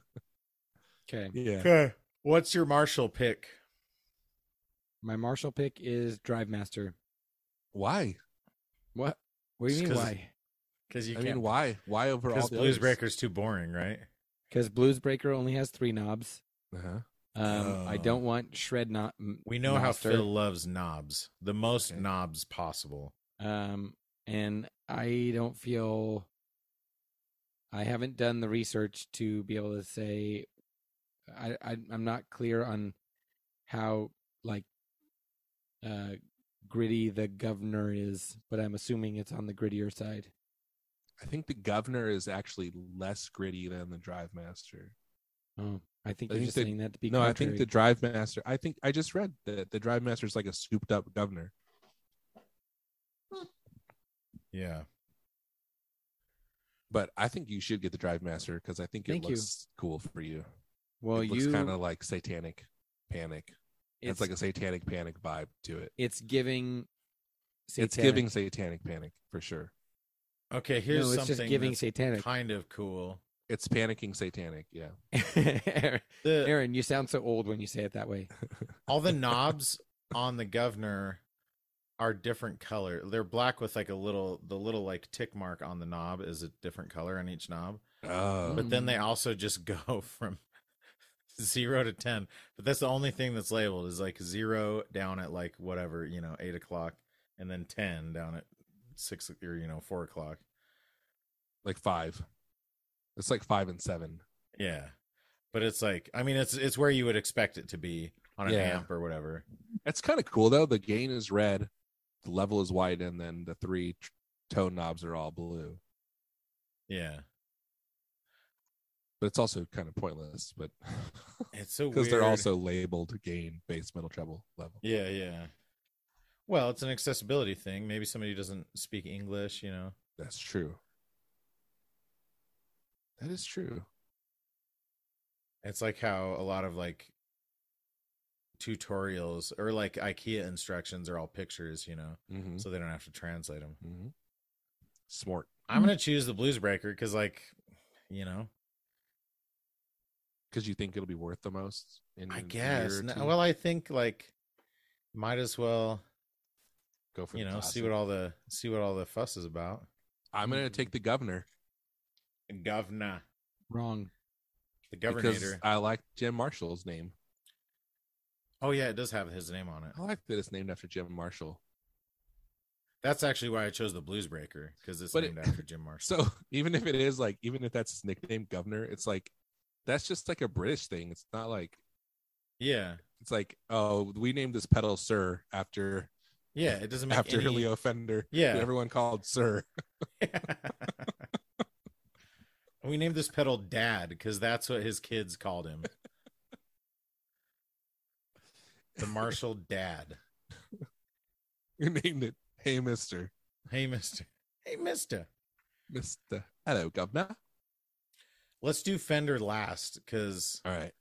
B: Okay.
A: yeah
C: Okay. What's your Marshall pick?
B: My Marshall pick is Drive Master.
A: why
B: What? What do you
C: Just
B: mean
C: 'cause-
B: why?
C: Because you
A: I
C: can't.
A: mean, why? Why over all
C: Because
A: the
C: Blues
A: others?
C: Breaker's too boring, right?
B: Because Blues Breaker only has three knobs.
A: Uh-huh.
B: Um, I
C: Oh.
B: don't want shred not.
C: We know
B: master.
C: how Phil loves knobs, the most
A: Okay.
C: knobs possible.
B: Um, and I don't feel. I haven't done the research to be able to say. I, I I'm not clear on how like uh gritty the governor is, but I'm assuming it's on the grittier side.
A: I think the governor is actually less gritty than the drive master.
B: Oh, I think
A: I
B: you're
A: think
B: just
A: the-
B: saying that to be
A: No, I think
B: contrary.
A: the drive master. I think I just read that the drive master is like a souped up governor.
C: Yeah.
A: But I think you should get the drive master because I think it
B: Thank you.
A: looks cool for you.
B: well
A: it looks
B: you
A: kind of like satanic panic. It's,
B: it's
A: like a satanic panic vibe to it.
B: it's giving
A: It's giving satanic panic for sure.
C: Okay, here's
B: no, it's
C: something
B: just giving
C: that's
B: satanic.
C: kind of cool.
A: It's panicking satanic. Yeah.
B: Aaron,
C: The
B: Aaron, you sound so old when you say it that way.
C: all the knobs on the governor are different color. They're black with like a little the little like tick mark on the knob is a different color on each knob.
B: Mm.
A: Oh,
C: But then they also just go from zero to ten. But that's the only thing that's labeled is like zero down at like whatever, you know, eight o'clock, and then ten down at six or you know, four o'clock.
A: like five. It's like five and seven.
C: Yeah. But it's like I mean it's it's where you would expect it to be on an
A: Yeah.
C: amp or whatever.
A: It's kind of cool though. The gain is red, the level is white, and then the three t- tone knobs are all blue.
C: Yeah.
A: But it's also kind of pointless, but
C: It's so
A: because they're
C: weird.
A: also labeled gain, bass, middle, treble level.
C: Yeah, yeah. Well, it's an accessibility thing. Maybe somebody doesn't speak English, you know.
A: That's true. That is true.
C: It's like how a lot of like tutorials or like IKEA instructions are all pictures, you know,
A: Mm-hmm.
C: so they don't have to translate them.
A: Mm-hmm. Smart.
C: I'm going to choose the Blues Breaker because, like, you know,
A: Because you think it'll be worth the most. In
C: I
A: a year
C: guess.
A: or
C: No-
A: two?
C: well, I think like might as well,
A: go for
C: you
A: the
C: know, see
A: classic.
C: what all the see what all the fuss is about.
A: I'm gonna take the governor
C: Governor,
B: Wrong.
C: the
A: because
C: governor.
A: I like Jim Marshall's name.
C: Oh yeah, it does have his name on it.
A: I like that it's named after Jim Marshall.
C: That's actually why I chose the Blues Breaker because it's
A: But it-
C: named after Jim Marshall.
A: So even if it is like, even if that's his nickname, governor, it's like that's just like a British thing. It's not like
C: Yeah,
A: it's like oh, we named this pedal Sir after
C: yeah. It doesn't make
A: after
C: any...
A: Leo Fender. who
C: Yeah,
A: everyone called Sir.
C: we named this pedal Dad because that's what his kids called him. The Marshall Dad.
A: You named it. Hey, Mister,
C: Hey, Mister. Hey, Mister.
A: Mister. Hello, governor.
C: Let's do Fender last because
A: All right.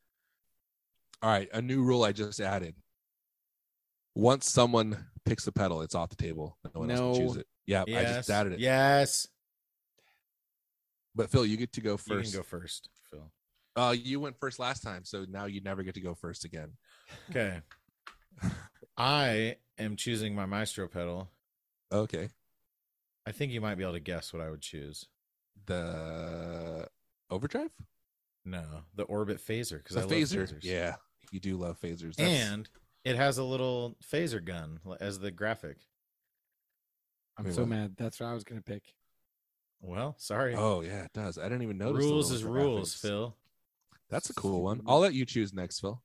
A: All right. A new rule I just added. Once someone picks a pedal, it's off the table. No one else can
B: No.
A: choose it. Yeah,
C: yes,
A: I just added it.
C: yes.
A: But Phil, you get to go
C: You
A: first.
C: can go first, Phil.
A: Uh, you went first last time, so now you never get to go first again.
C: Okay. I am choosing my Maestro pedal.
A: Okay.
C: I think you might be able to guess what I would choose.
A: The overdrive,
C: No, the Orbit Phaser because
A: the
C: I love
A: phaser.
C: phasers.
A: Yeah, you do love phasers.
C: and it has a little phaser gun l- as the graphic.
B: I'm
A: Wait,
B: so
A: what?
B: mad. That's what I was gonna pick.
C: Well, sorry.
A: oh yeah, it does. I didn't even notice. the
C: rules
A: little
C: is rules,
A: graphics.
C: Phil.
A: That's a cool one. I'll let you choose next, Phil,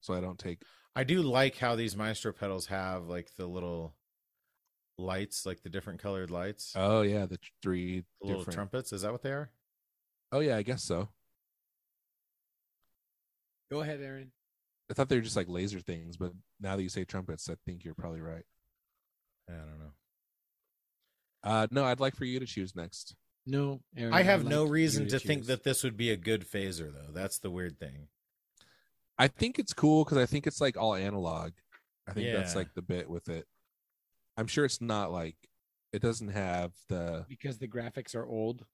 A: so I don't take.
C: I do like how these Maestro pedals have like the little lights, like the different colored lights,
A: Oh yeah, the three
C: the little
A: different.
C: trumpets. Is that what they are?
A: Oh yeah, I guess so.
B: Go ahead, Aaron.
A: I thought they were just like laser things, but now that you say trumpets, I think you're probably right.
C: I don't know.
A: Uh, no, I'd like for you to choose next.
B: No, Aaron.
C: I
B: I'd
C: have
B: like
C: no
B: you
C: reason to think
B: choose.
C: that this would be a good phaser, though. That's the weird thing.
A: I think it's cool because I think it's like all analog. I think that's
C: Yeah.
A: like the bit with it. I'm sure it's not like it doesn't have the
B: because the graphics are old.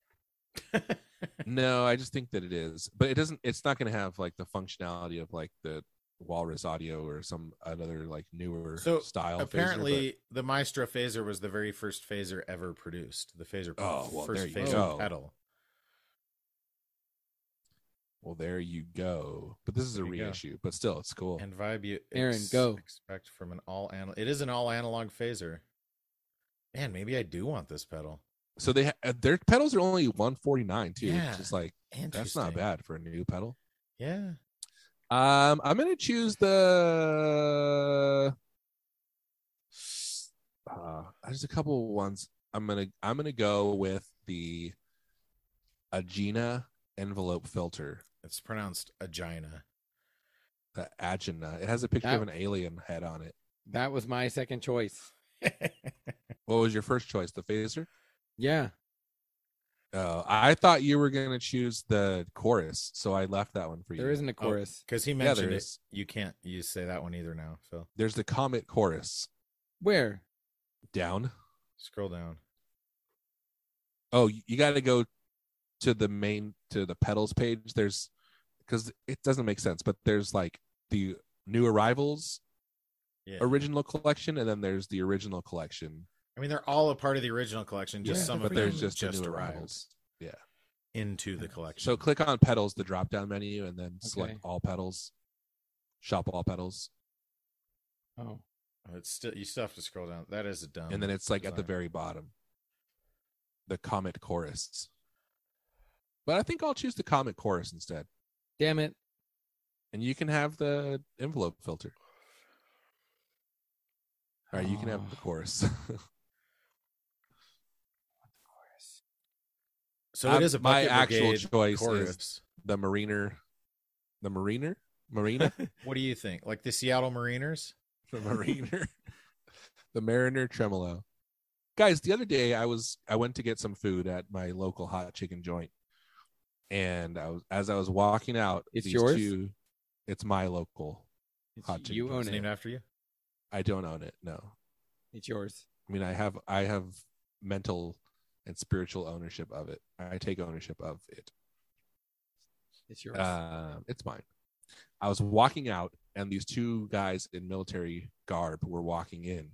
A: no. I just think that it is, but it doesn't. It's not going to have like the functionality of like the Walrus Audio or some another like newer
C: So,
A: style. Oh, phaser,
C: Apparently, the Maestro phaser was the very first phaser ever produced. The phaser,
A: Oh, well,
C: first
A: there you
C: phaser
A: go.
C: pedal.
A: but- well, there you go. But this is a
C: There you go.
A: reissue. But still, it's cool.
C: And vibe you
B: Aaron, go.
C: expect from an all anal- it is an all analog phaser. Man, maybe I do want this pedal.
A: so they ha- uh, their pedals are only 149 too.
C: Yeah.
A: Which is like that's
C: Interesting.
A: not bad for a new pedal.
C: Yeah.
A: Um, I'm gonna choose the. Uh, there's a couple ones. I'm gonna I'm gonna go with the Agena envelope filter.
C: It's pronounced Agina.
A: The Agena. It has a picture of an
B: That-
A: alien head on it.
B: That was my second choice.
A: What was your first choice? The phaser.
B: Yeah.
A: Oh, I thought you were gonna choose the chorus, so I left that one for you.
B: There isn't a
C: Oh.
B: chorus.
C: Because he
A: Yeah, there
C: mentioned it.
A: is.
C: You can't you say that one either now, Phil.
A: There's the comet chorus
B: Where?
A: down.
C: Scroll down.
A: Oh, you- you got to go to the main to the pedals page. There's because it doesn't make sense, but there's like the new arrivals
C: Yeah.
A: original collection, and then there's the original collection.
C: I mean, they're all a part of the original collection. Just
B: Yeah,
C: some
A: but
C: of
A: there's
C: them
A: just, the new
C: arrived
A: arrivals.
C: into the collection.
A: So click on pedals, the drop down menu, and then select
B: Okay.
A: all pedals, shop all pedals,
B: Oh,
C: Oh, it's still you still have to scroll down. That is a dumb.
A: and then it's like at the
C: design.
A: very bottom, the comet chorus. But I think I'll choose the comet chorus instead,
B: damn it!
A: and you can have the envelope filter. All right, you can have the
B: Oh.
A: chorus.
C: So it is a
A: my
C: Bucket
A: actual
C: Brigade
A: choice is
C: chorus.
A: the mariner, the mariner, marina,
C: What do you think? Like the Seattle Mariners?
A: the mariner, the mariner tremolo. Guys, the other day I was I went to get some food at my local hot chicken joint, and I was as I was walking out,
B: It's yours?
A: two- it's my local.
B: It's-
A: Hot chicken
B: you
A: joints
B: own
C: It's
B: it.
C: named after you.
A: I don't own it. No,
B: It's yours.
A: I mean I have I have mental and spiritual ownership of it. I take ownership of it.
B: It's yours.
C: Uh,
A: Um, it's mine. I was walking out, and these two guys in military garb were walking in,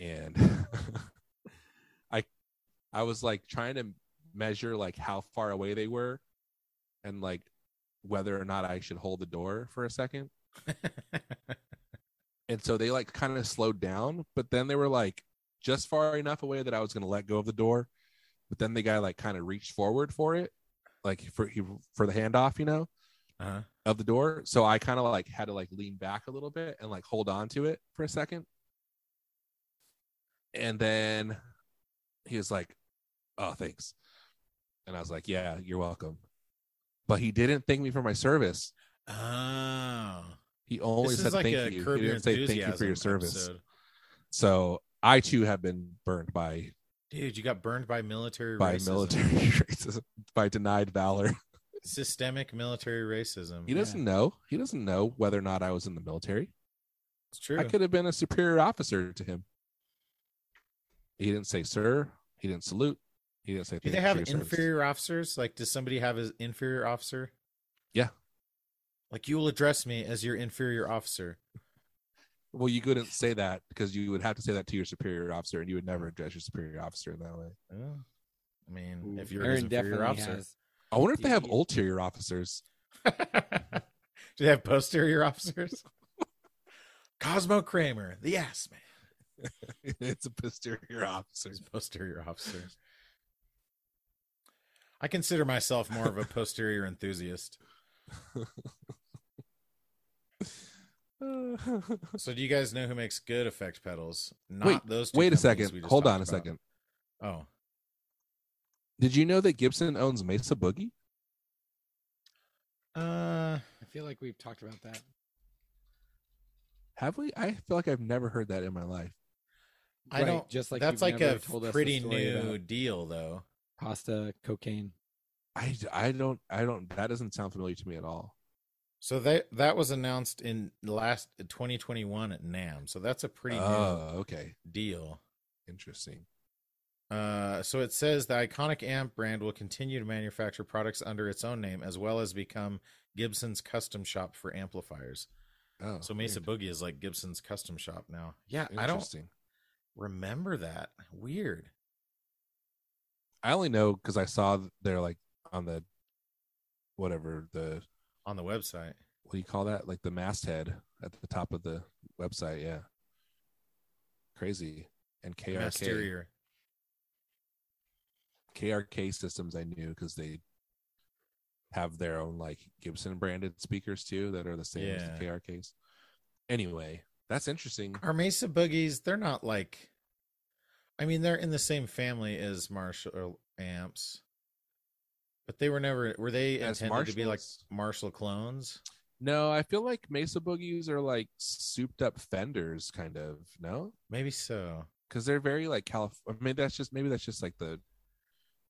A: and I, I was like trying to measure like how far away they were, and like whether or not I should hold the door for a second. And so they like kind of slowed down, but then they were like just far enough away that I was going to let go of the door. But then the guy like kind of reached forward for it, like for he for the handoff, you know
C: uh-huh.
A: of the door. So I kind of like had to like lean back a little bit and like hold on to it for a second. And then he was like, Oh, thanks. And I was like, Yeah, you're welcome. But he didn't thank me for my service.
C: Oh,
A: He only
C: this
A: said
C: is like
A: thank
C: a
A: you.
C: Curb
A: he
C: Your
A: didn't say thank you for your
C: Enthusiasm
A: service.
C: episode.
A: So I too have been burned by
C: Dude, you got burned by military
A: by
C: racism.
A: military racism, by denied valor.
C: systemic military racism.
A: He doesn't know. He doesn't know whether or not I was in the military.
C: It's true.
A: I could have been a superior officer to him. He didn't say sir. He didn't salute. He didn't say.
C: Do they
A: "Thank you
C: have
A: for your service."
C: inferior officers? Like, does somebody have an inferior officer?
A: Yeah.
C: Like, you will address me as your inferior officer.
A: Well, you couldn't say that because you would have to say that to your superior officer, and you would never address your superior officer in that way.
C: Oh, I mean,
B: Ooh,
C: if you're his
B: Aaron
C: inferior
B: definitely
C: officer,
B: has.
A: I wonder if they have
B: Yeah.
A: ulterior officers.
C: do they have posterior officers? Cosmo Kramer, the ass man,
A: it's a posterior officer.
C: is posterior officer. I consider myself more of a posterior enthusiast. So, do you guys know who makes good effect pedals? Not
A: Wait,
C: those. Two
A: Wait a
C: companies we
A: second.
C: just
A: Hold
C: talked
A: on a
C: about.
A: second.
C: Oh,
A: Did you know that Gibson owns Mesa Boogie?
C: uh,
B: I feel like we've talked about that.
A: Have we? I feel like I've never heard that in my life.
C: I
B: Right,
C: don't.
B: Just like
C: that's
B: you've
C: like
B: never
C: a
B: told us the
C: pretty
B: story
C: new
B: about
C: deal, though.
B: pasta cocaine.
A: I I don't I don't. That doesn't sound familiar to me at all.
C: So that that was announced in last 2021 at NAM. So that's a pretty
A: Oh, okay.
C: new deal.
A: Interesting.
C: Uh, so it says the iconic amp brand will continue to manufacture products under its own name as well as become Gibson's custom shop for amplifiers.
A: Oh,
C: so Mesa
A: weird.
C: Boogie is like Gibson's custom shop now. Yeah, I don't
A: Interesting.
C: remember that. Weird.
A: I only know because I saw th- they're like on the whatever the
C: On the website.
A: what do you call that? Like the masthead at the top of the website. Yeah, crazy. And KRK
C: Exterior.
A: KRK systems I knew because they have their own like Gibson branded speakers too that are the same as
C: Yeah.
A: the KRKs. Anyway, that's interesting.
C: Are Mesa Boogies, they're not like I mean, they're in the same family as Marshall amps. But they were never were they
A: As
C: intended to be like
A: Marshalls?
C: Marshall clones?
A: No, I feel like Mesa Boogies are like souped up fenders, kind of. No,
C: Maybe so.
A: because they're very like California. Maybe that's just maybe that's just like the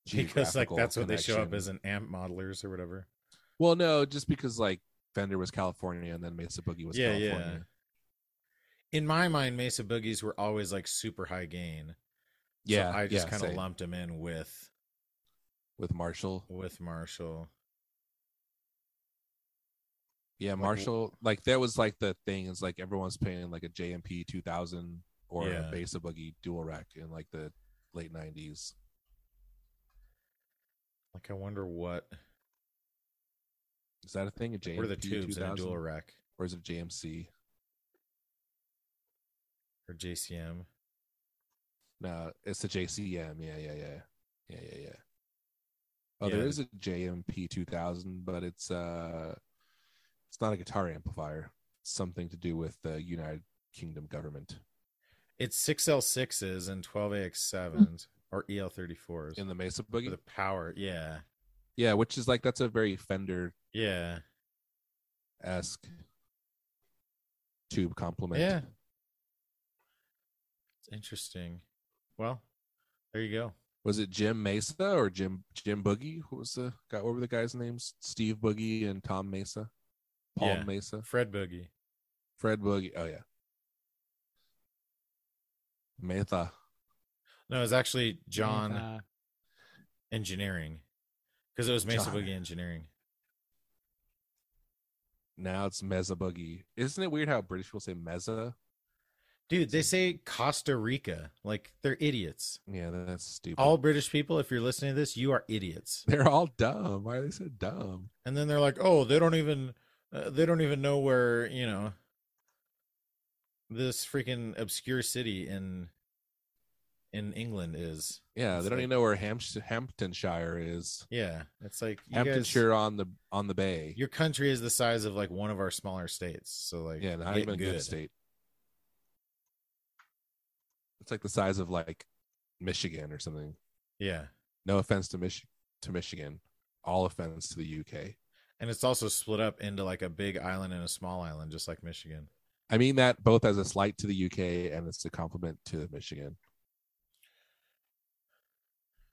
C: Because like
A: geographical
C: that's what they show up
A: connection.
C: as an amp modelers or whatever.
A: Well, no, just because like Fender was California and then Mesa Boogie was
C: Yeah,
A: California.
C: In my mind, Mesa Boogies were always like super high gain.
A: Yeah,
C: so I just
A: yeah,
C: kind of
A: same.
C: lumped them in with
A: with Marshall.
C: with Marshall.
A: Yeah,
C: Like, wh-
A: Marshall. Like that was like the thing is like everyone's paying like a JMP 2000 or
C: Yeah.
A: a Besa Boogie dual rack in like the late 90s.
C: Like, I wonder what
A: Is that a thing? A JMP
C: what are the tubes in a
A: 2000
C: dual rack
A: or is it JMC?
C: or JCM?
A: No, it's the JCM. Yeah, yeah, yeah, yeah, yeah, yeah. Oh,
C: Yeah.
A: there is a JMP 2000, but it's uh, it's not a guitar amplifier. It's something to do with the United Kingdom government
C: It's six L sixes and twelve AX sevens or E EL thirty fours.
A: in
C: The
A: the Mesa Boogie.
C: power, yeah,
A: Yeah, which is like that's a very Fender
C: yeah.
A: esque tube complement.
C: Yeah. It's interesting. Well, there you go.
A: Was it Jim Mesa or Jim Jim Boogie? What was the guy? What were the guys' names? Steve Boogie and Tom Mesa, Paul
C: Yeah.
A: Mesa,
C: Fred Boogie.
A: Fred Boogie. Oh yeah, Mesa.
C: No, it's actually John
B: Uh,
C: Engineering because it was Mesa
A: John.
C: Boogie Engineering.
A: Now it's Mesa Boogie. Isn't it weird how British people say Mesa?
C: Dude, they say Costa Rica like they're idiots.
A: Yeah, that's stupid.
C: All British people, if you're listening to this, you are idiots.
A: they're all dumb. Why are they so dumb?
C: And then they're like, "Oh, they don't even uh, they don't even know where, you know, this freaking obscure city in in England is."
A: Yeah,
C: It's
A: they don't
C: like-
A: even know where Hamps- Hamptonshire is.
C: Yeah, it's like you guys-
A: Hamptonshire on the on the bay.
C: your country is the size of like one of our smaller states. So like
A: Yeah, not
C: get
A: even a good state. It's like the size of like Michigan or something.
C: Yeah.
A: No offense to Mich- to Michigan, all offense to the UK.
C: And it's also split up into like a big island and a small island, just like Michigan.
A: I mean that both as a slight to the UK and it's a compliment to Michigan.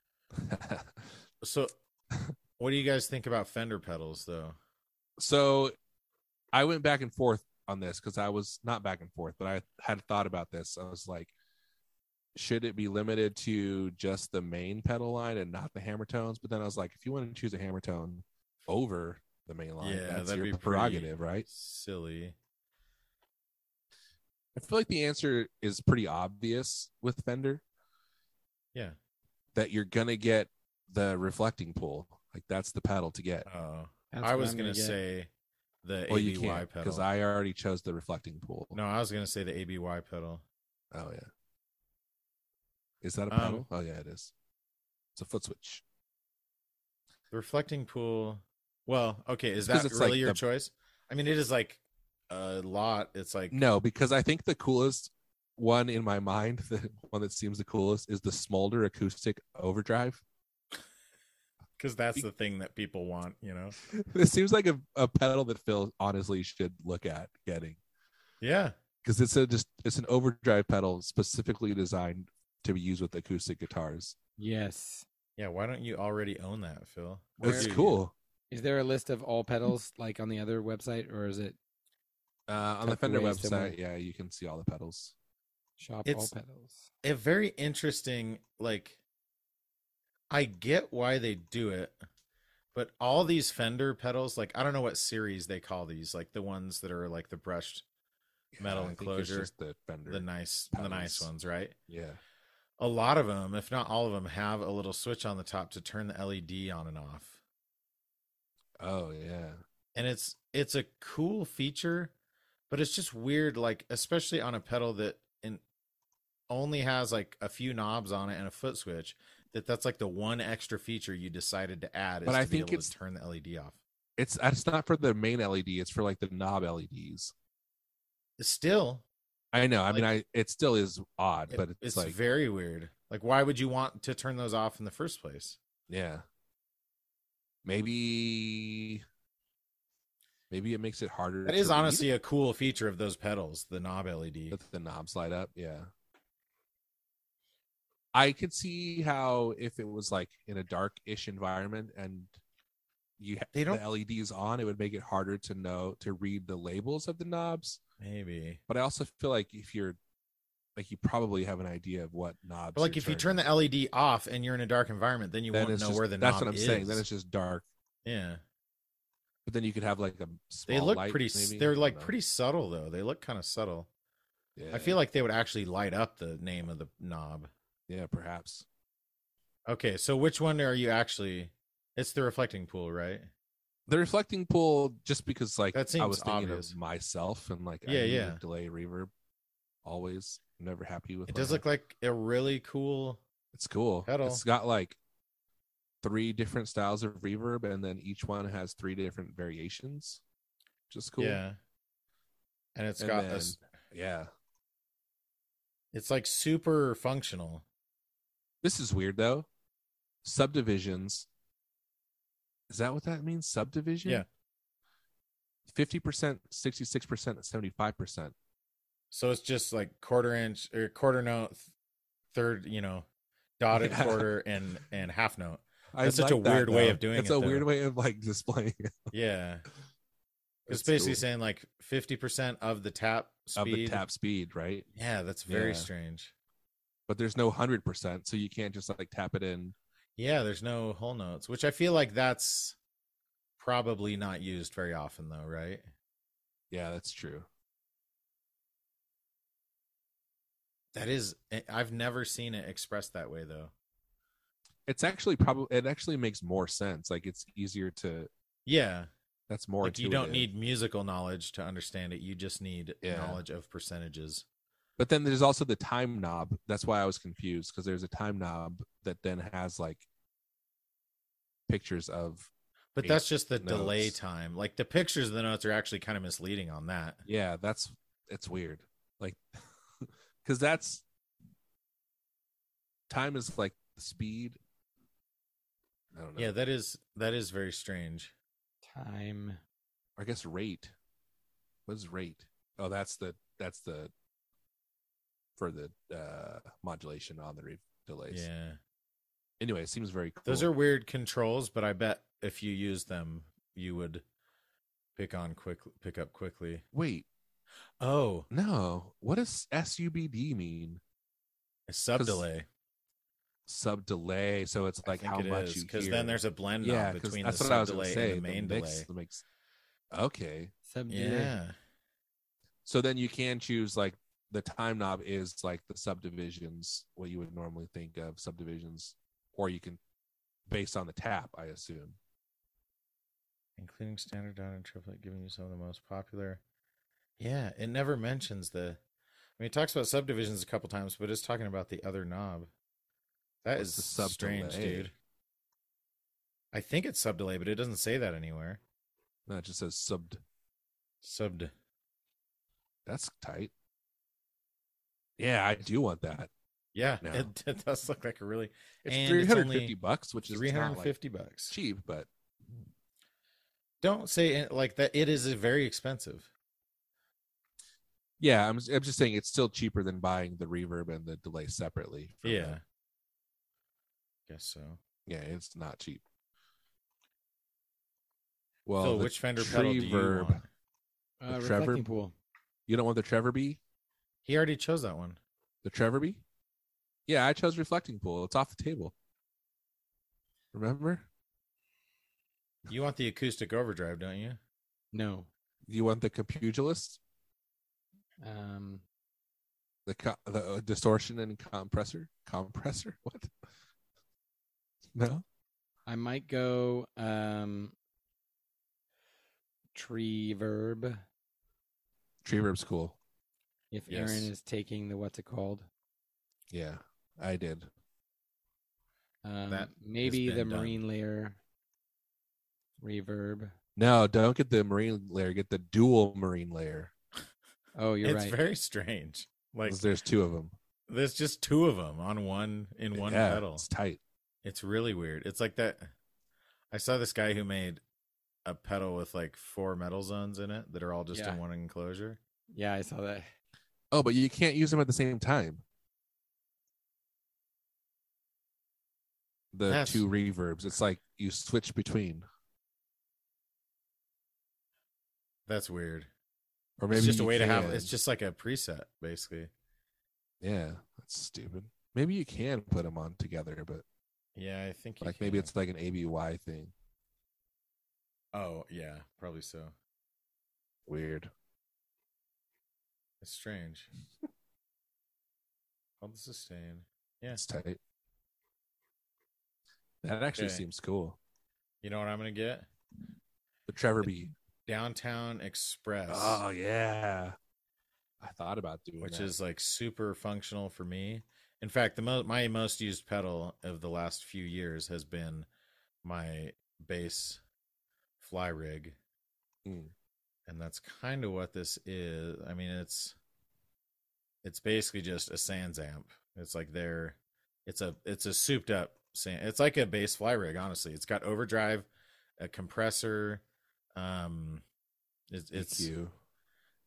C: So what do you guys think about fender pedals though?
A: so I went back and forth on this because I was not back and forth, but I had thought about this. I was like, should it be limited to just the main pedal line and not the hammer tones? But then I was like, if you want to choose a hammer tone over the main line,
C: Yeah,
A: that's
C: that'd be
A: your
C: pretty-
A: prerogative, right?
C: Silly.
A: I feel like the answer is pretty obvious with Fender
C: Yeah.
A: that you're gonna get the reflecting pull. Like that's the pedal to get.
C: Oh.
B: that's
C: I
B: what
C: was
B: I'm
C: gonna,
B: get.
C: say the
A: Well, you
C: ABY
A: can't because
C: pedal.
A: I already chose the reflecting pool.
C: No, I was gonna say the ABY pedal.
A: Oh yeah. Is that a
C: Um,
A: pedal? oh yeah, it is. It's a foot switch.
C: The reflecting pool. Well, okay, is
A: Because
C: that
A: it's
C: really
A: like
C: your
A: the-
C: choice? I mean, it is like a lot. It's like
A: No, because I think the coolest one in my mind, the one that seems the coolest, is the Smolder acoustic overdrive.
C: because that's the thing that people want, you know.
A: This seems like a, a pedal that Phil honestly should look at getting
C: Yeah.
A: because it's a just it's an overdrive pedal specifically designed to be used with acoustic guitars.
B: Yes.
C: Yeah, why don't you already own that, Phil?
B: Where
A: it's
B: do you-
A: cool.
B: Is there a list of all pedals like on the other website, or is it
A: Uh, on the
B: Tucked
A: Fender
B: away
A: website,
B: somewhere.
A: yeah, you can see all the pedals.
B: shop all
C: It's-
B: pedals?
C: A very interesting, like, I get why they do it, but all these Fender pedals, like, I don't know what series they call these, like the ones that are like the brushed, Metal
A: I think it's
C: enclosure,
A: just the Fender.
C: the nice, the nice
A: Pedals.
C: ones, right?
A: yeah.
C: A lot of them, if not all of them, have a little switch on the top to turn the LED on and off.
A: Oh yeah.
C: and it's it's a cool feature but it's just weird like especially on a pedal that in, only has like a few knobs on it and a foot switch that that's like the one extra feature you decided to add is
A: But
C: to
A: I
C: be
A: think
C: able
A: it's-
C: to turn the led off
A: It's it's not for the main LED. It's for like the knob LEDs.
C: still
A: I know. I mean, I
C: Like-
A: it still is odd,
C: it-
A: but it's,
C: it's
A: like
C: very weird like why would you want to turn those off in the first place
A: yeah. Maybe maybe it makes it harder.
C: that
A: to
C: is
A: read
C: honestly a cool feature of those pedals the knob E led
A: that the knobs light up. Yeah. I could see how if it was like in a dark-ish environment and you ha-
C: They don't-
A: the LEDs on, it would make it harder to know to read the labels of the knobs.
C: maybe
A: But I also feel like if you're like you probably have an idea of what knobs.
C: But like
A: you're
C: if you turn the
A: turning.
C: LED off and you're in a dark environment, then you
A: then
C: won't
A: it's
C: know
A: just-
C: where the
A: that's
C: knob
A: what I'm
C: is.
A: saying. Then it's just dark.
C: yeah.
A: But then you could have like a small
C: They look
A: light,
C: pretty. s
A: maybe. I
C: They're
A: don't
C: like
A: know.
C: pretty subtle though. They look kind of subtle.
A: Yeah.
C: I feel like they would actually light up the name of the knob.
A: yeah, perhaps.
C: Okay, so which one are you actually? It's the reflecting pool, right?
A: The reflecting pool, just because like
C: That
A: I
C: seems
A: was thinking
C: obvious.
A: of myself and like I
C: Yeah,
A: needed
C: yeah.
A: delay reverb. Always never happy with
C: It
A: what
C: does
A: I
C: look like a really cool.
A: It's cool.
C: Pedal.
A: It's got like three different styles of reverb, and then each one has three different variations. Just cool.
C: Yeah. And it's
A: And
C: got
A: then-
C: this.
A: Yeah.
C: It's like super functional.
A: This is weird though. Subdivisions. Is that what that means? Subdivision?
C: Yeah.
A: 50%, 66%, and 75%.
C: So it's just like quarter inch or quarter note, third, you know, dotted
A: Yeah.
C: quarter and and half note.
A: I
C: That's such a
A: like that,
C: weird way
A: though.
C: of doing
A: It's
C: it,
A: a
C: though.
A: weird way of like displaying it.
C: Yeah. It's
A: That's
C: basically
A: cool.
C: saying like 50% of the tap
A: of the
C: speed.
A: tap speed, right?
C: Yeah, that's very
A: Yeah.
C: strange.
A: But there's no 100%, so you can't just like tap it in.
C: Yeah, there's no whole notes, which I feel like that's probably not used very often though, right?
A: Yeah, that's true.
C: That is I- I've never seen it expressed that way though.
A: It's actually probably it actually makes more sense. Like it's easier to
C: Yeah.
A: that's more
C: Like you don't
A: intuitive.
C: need musical knowledge to understand it. You just need
A: Yeah.
C: knowledge of percentages.
A: But then there's also the time knob. That's why I was confused because there's a time knob that then has like pictures of
C: But
A: Eight
C: that's just the delay
A: notes.
C: time. Like the pictures of the notes are actually kind of misleading on that.
A: yeah, that's it's weird. Like cuz that's time is like speed. I don't know.
C: Yeah, that is that is very strange.
B: Time.
A: I guess rate. What is rate? Oh, that's the that's the for the uh modulation on the re- delays.
C: Yeah.
A: Anyway, it seems very cool.
C: Those are weird controls, but I bet if you use them, you would pick on quick pick up quickly.
A: wait,
C: Oh,
A: no. What does SUBD mean?
C: a sub delay.
A: Sub delay. So it's like how much you
C: because
A: hear.
C: then there's a blend
A: yeah,
C: knob
A: 'cause
C: between the
A: that's what I
C: sub
A: was gonna
C: delay
A: say.
C: and the main
A: mix,
C: delay.
A: the mix. Okay,
B: Sub delay.
C: Yeah.
A: so then you can choose like the time knob is like the subdivisions, what you would normally think of subdivisions, or you can based on the tap, I assume.
C: Including standard down and triplet, giving you some of the most popular. Yeah, it never mentions the I mean it talks about subdivisions a couple times, but it's talking about the other knob. That
A: What's
C: is
A: the sub
C: strange,
A: delay?
C: dude. I think it's sub delay, but it doesn't say that anywhere.
A: No, it just says sub.
C: Sub
A: That's tight. Yeah, I do want that.
C: Yeah,
A: No.
C: it, it does look like a really
A: It's
C: And
A: three
C: it's
A: hundred
C: only
A: fifty bucks, which is
C: three
A: not, like,
C: hundred fifty bucks.
A: cheap, but
C: Don't say it like that. It is very expensive.
A: yeah, I'm I'm just saying it's still cheaper than buying the reverb and the delay separately. from
C: Yeah,
A: that.
C: guess so.
A: yeah, it's not cheap. Well,
C: Phil,
A: the-
C: which fender pedal do you
A: Treverb.
C: want?
B: Uh,
A: Trevor-
B: reflecting pool.
A: you don't want the Trevor B,
C: He already chose that one.
A: the Trevor B. Yeah, I chose reflecting pool. It's off the table. Remember,
C: You want the acoustic overdrive, don't you?
B: No.
A: you want the compugilist,
B: Um,
A: the co- the uh, distortion and compressor, compressor. What? No.
B: I might go um, tree verb
A: Tree verb's cool.
B: if
C: Yes.
B: Aaron is taking the what's it called.
A: Yeah, I did.
B: Um,
C: That has
B: maybe the
C: been done.
B: marine layer reverb.
A: No, don't get the marine layer. Get the dual marine layer.
B: Oh, you're
C: it's
B: right.
C: very strange. Like
A: 'cause there's two of them.
C: there's just two of them on one in one
A: yeah,
C: pedal.
A: It's tight.
C: It's really weird. It's like that. I saw this guy who made a pedal with like four metal zones in it that are all just
B: Yeah.
C: in one enclosure.
B: yeah, I saw that.
A: Oh, but you can't use them at the same time. The
C: That's-
A: two reverbs. It's like you switch between,
C: That's weird.
A: or maybe
C: it's just a
A: you
C: way to have
A: can.
C: it's just like a preset basically
A: Yeah, that's stupid. Maybe you can put them on together, but
C: Yeah, I think you
A: like maybe
C: can.
A: it's like an ABY thing.
C: Oh yeah, probably so.
A: Weird.
C: It's strange. Hold the sustain. Yeah.
A: That's tight. That actually
C: Okay.
A: seems cool.
C: You know what I'm gonna get?
A: The Trevor B.
C: Downtown Express,
A: Oh yeah. I thought about doing
C: which
A: that.
C: is like super functional for me. In fact, the most my most used pedal of the last few years has been my bass fly rig,
A: Mm.
C: and that's kind of what this is. I mean, it's it's basically just a Sans amp. It's like their it's a it's a souped up San, it's like a bass fly rig. Honestly, it's got overdrive, a compressor, um, it's it's
A: EQ.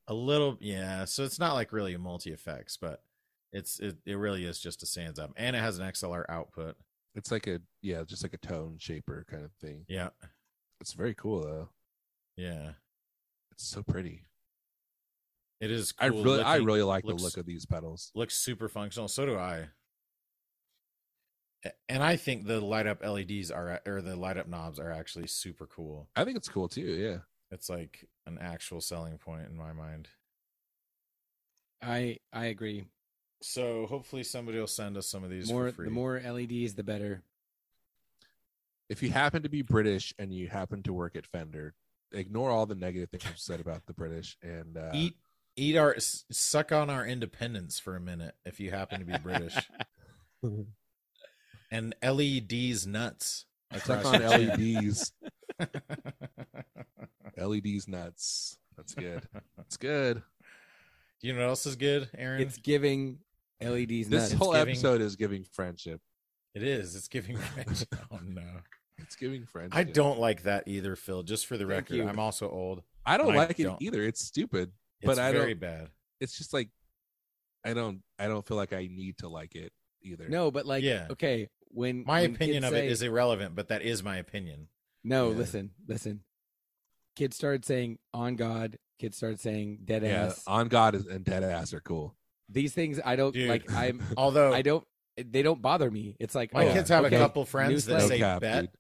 C: a little yeah so it's not like really a multi effects but it's it, it really is just a sans up and it has an xlr output
A: It's like a yeah, just like a tone shaper kind of thing.
C: yeah
A: It's very cool though.
C: yeah
A: It's so pretty.
C: it is
A: I
C: cool
A: really I
C: looking.
A: really like
C: looks-
A: the look of these pedals.
C: looks super functional so do i A- and i think the light up leds are or the light up knobs are actually super cool
A: I think it's cool too, yeah.
C: it's like an actual selling point in my mind
B: I I agree.
C: so hopefully somebody will send us some of these
B: More
C: for free
B: the more LEDs, the better.
A: If you happen to be British and you happen to work at Fender, ignore all the negative things I've said about the British and uh
C: eat eat our s- suck on our independence for a minute if you happen to be british and LEDs nuts.
A: suck
C: across
A: on E
C: your chin.
A: LEDs. LEDs E nuts. That's good. That's good.
C: you know what else is good, Aaron?
B: It's giving LEDs
A: This
B: nuts.
A: whole
C: giving-
A: episode is giving friendship.
C: it is. It's giving French. oh no,
A: It's giving friendship.
C: I don't like that either, Phil. Just for the
B: Thank
C: record,
B: you.
C: I'm also old.
A: I don't
C: I
A: like it
C: don't.
A: either. It's stupid.
C: It's
A: But I
C: very bad.
A: It's just like I don't. I don't feel like I need to like it either.
B: no, but like
C: Yeah.
B: okay, when
C: My
B: when
C: opinion
B: kids
C: of
B: say-
C: it is irrelevant, but that is my opinion.
B: No,
A: Yeah.
B: listen, listen. Kids started saying on God. Kids started saying dead
A: Yeah.
B: ass.
A: On God is- and dead ass are cool.
B: These things I don't
C: Dude.
B: like. I'm
C: Although
B: I don't. They don't bother me. It's like
C: my
B: oh,
C: kids have
B: okay.
C: a couple friends that
B: Newsflash.
C: say
A: cap,
C: bet
A: dude.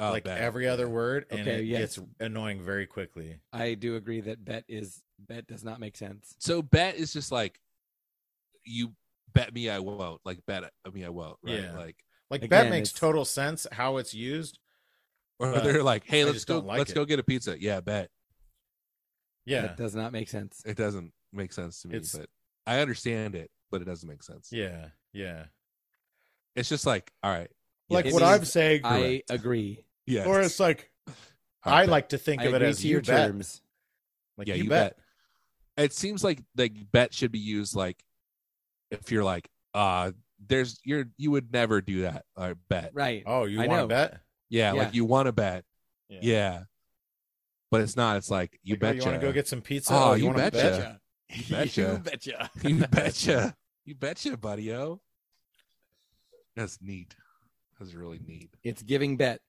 A: Oh,
C: like
A: bet.
C: every other word, and
B: Okay,
C: it
B: yes.
C: gets annoying very quickly.
B: I do agree that bet is bet does not make sense.
A: So bet is just like you bet me I won't. Like bet me I won't. Right?
C: Yeah.
A: Like
C: Like
B: Again,
C: bet makes
B: it's-
C: total sense how it's used.
A: or
C: But
A: they're like, hey,
C: I
A: let's
C: just
A: go.
C: don't like
A: let's
C: it.
A: go get a pizza. Yeah, bet.
C: Yeah,
B: That does not make sense.
A: It doesn't make sense to me,
C: It's-
A: but I understand it. But it doesn't make sense.
C: yeah, yeah.
A: It's just like all right.
C: Like
B: It
C: what
B: is-
C: I'm saying,
B: I agree.
A: Yeah.
C: or it's like I like to think
B: I
C: of it
B: agree
C: as
B: to
C: you
B: your
C: bet.
B: terms.
C: Like
A: yeah,
C: you, bet.
A: It seems like like bet should be used like if you're like uh there's you're you would never do that or bet.
B: Right.
C: Oh, you
B: I
C: want
B: know.
C: to bet?
A: Yeah,
B: Yeah.
A: like you want to bet.
C: Yeah.
A: Yeah. But it's not. It's like you
C: Like, oh,
A: betcha.
C: you want to go get some pizza?
A: Oh, you
C: wanna
A: betcha.
C: bet?
A: You betcha.
B: you betcha.
A: you betcha. You betcha, buddy. Oh, that's neat. That's really neat.
B: It's giving bet.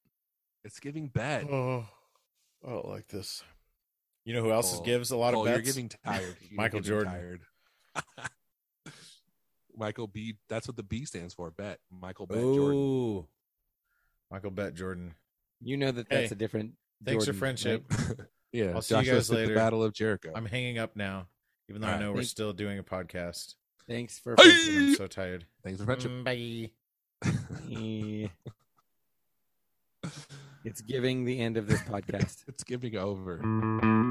A: It's giving bet.
C: Oh, I don't like this. You know who else
A: Cole.
C: gives a lot
A: Cole,
C: of bets?
A: Oh. You're getting tired. You're
C: Michael
A: getting
C: Jordan.
A: tired. Michael B. That's what the B stands for. Bet. Michael Bet Jordan.
C: Ooh. Michael Bet Jordan.
B: You know that that's
C: Hey,
B: a different.
C: Thanks
B: Jordan,
C: for friendship.
B: right?
A: Yeah,
C: I'll see you
A: Joshua
C: guys
A: said
C: later.
A: The Battle of Jericho.
C: I'm hanging up now, even though I
A: Alright.
C: know we're
B: Thank-
C: still doing a podcast.
B: Thanks for.
A: Hey!
C: and I'm so tired.
A: Thanks for friendship.
C: Mm, Bye.
B: friendship. it's giving the end of this podcast.
C: Mm.
A: it's giving over.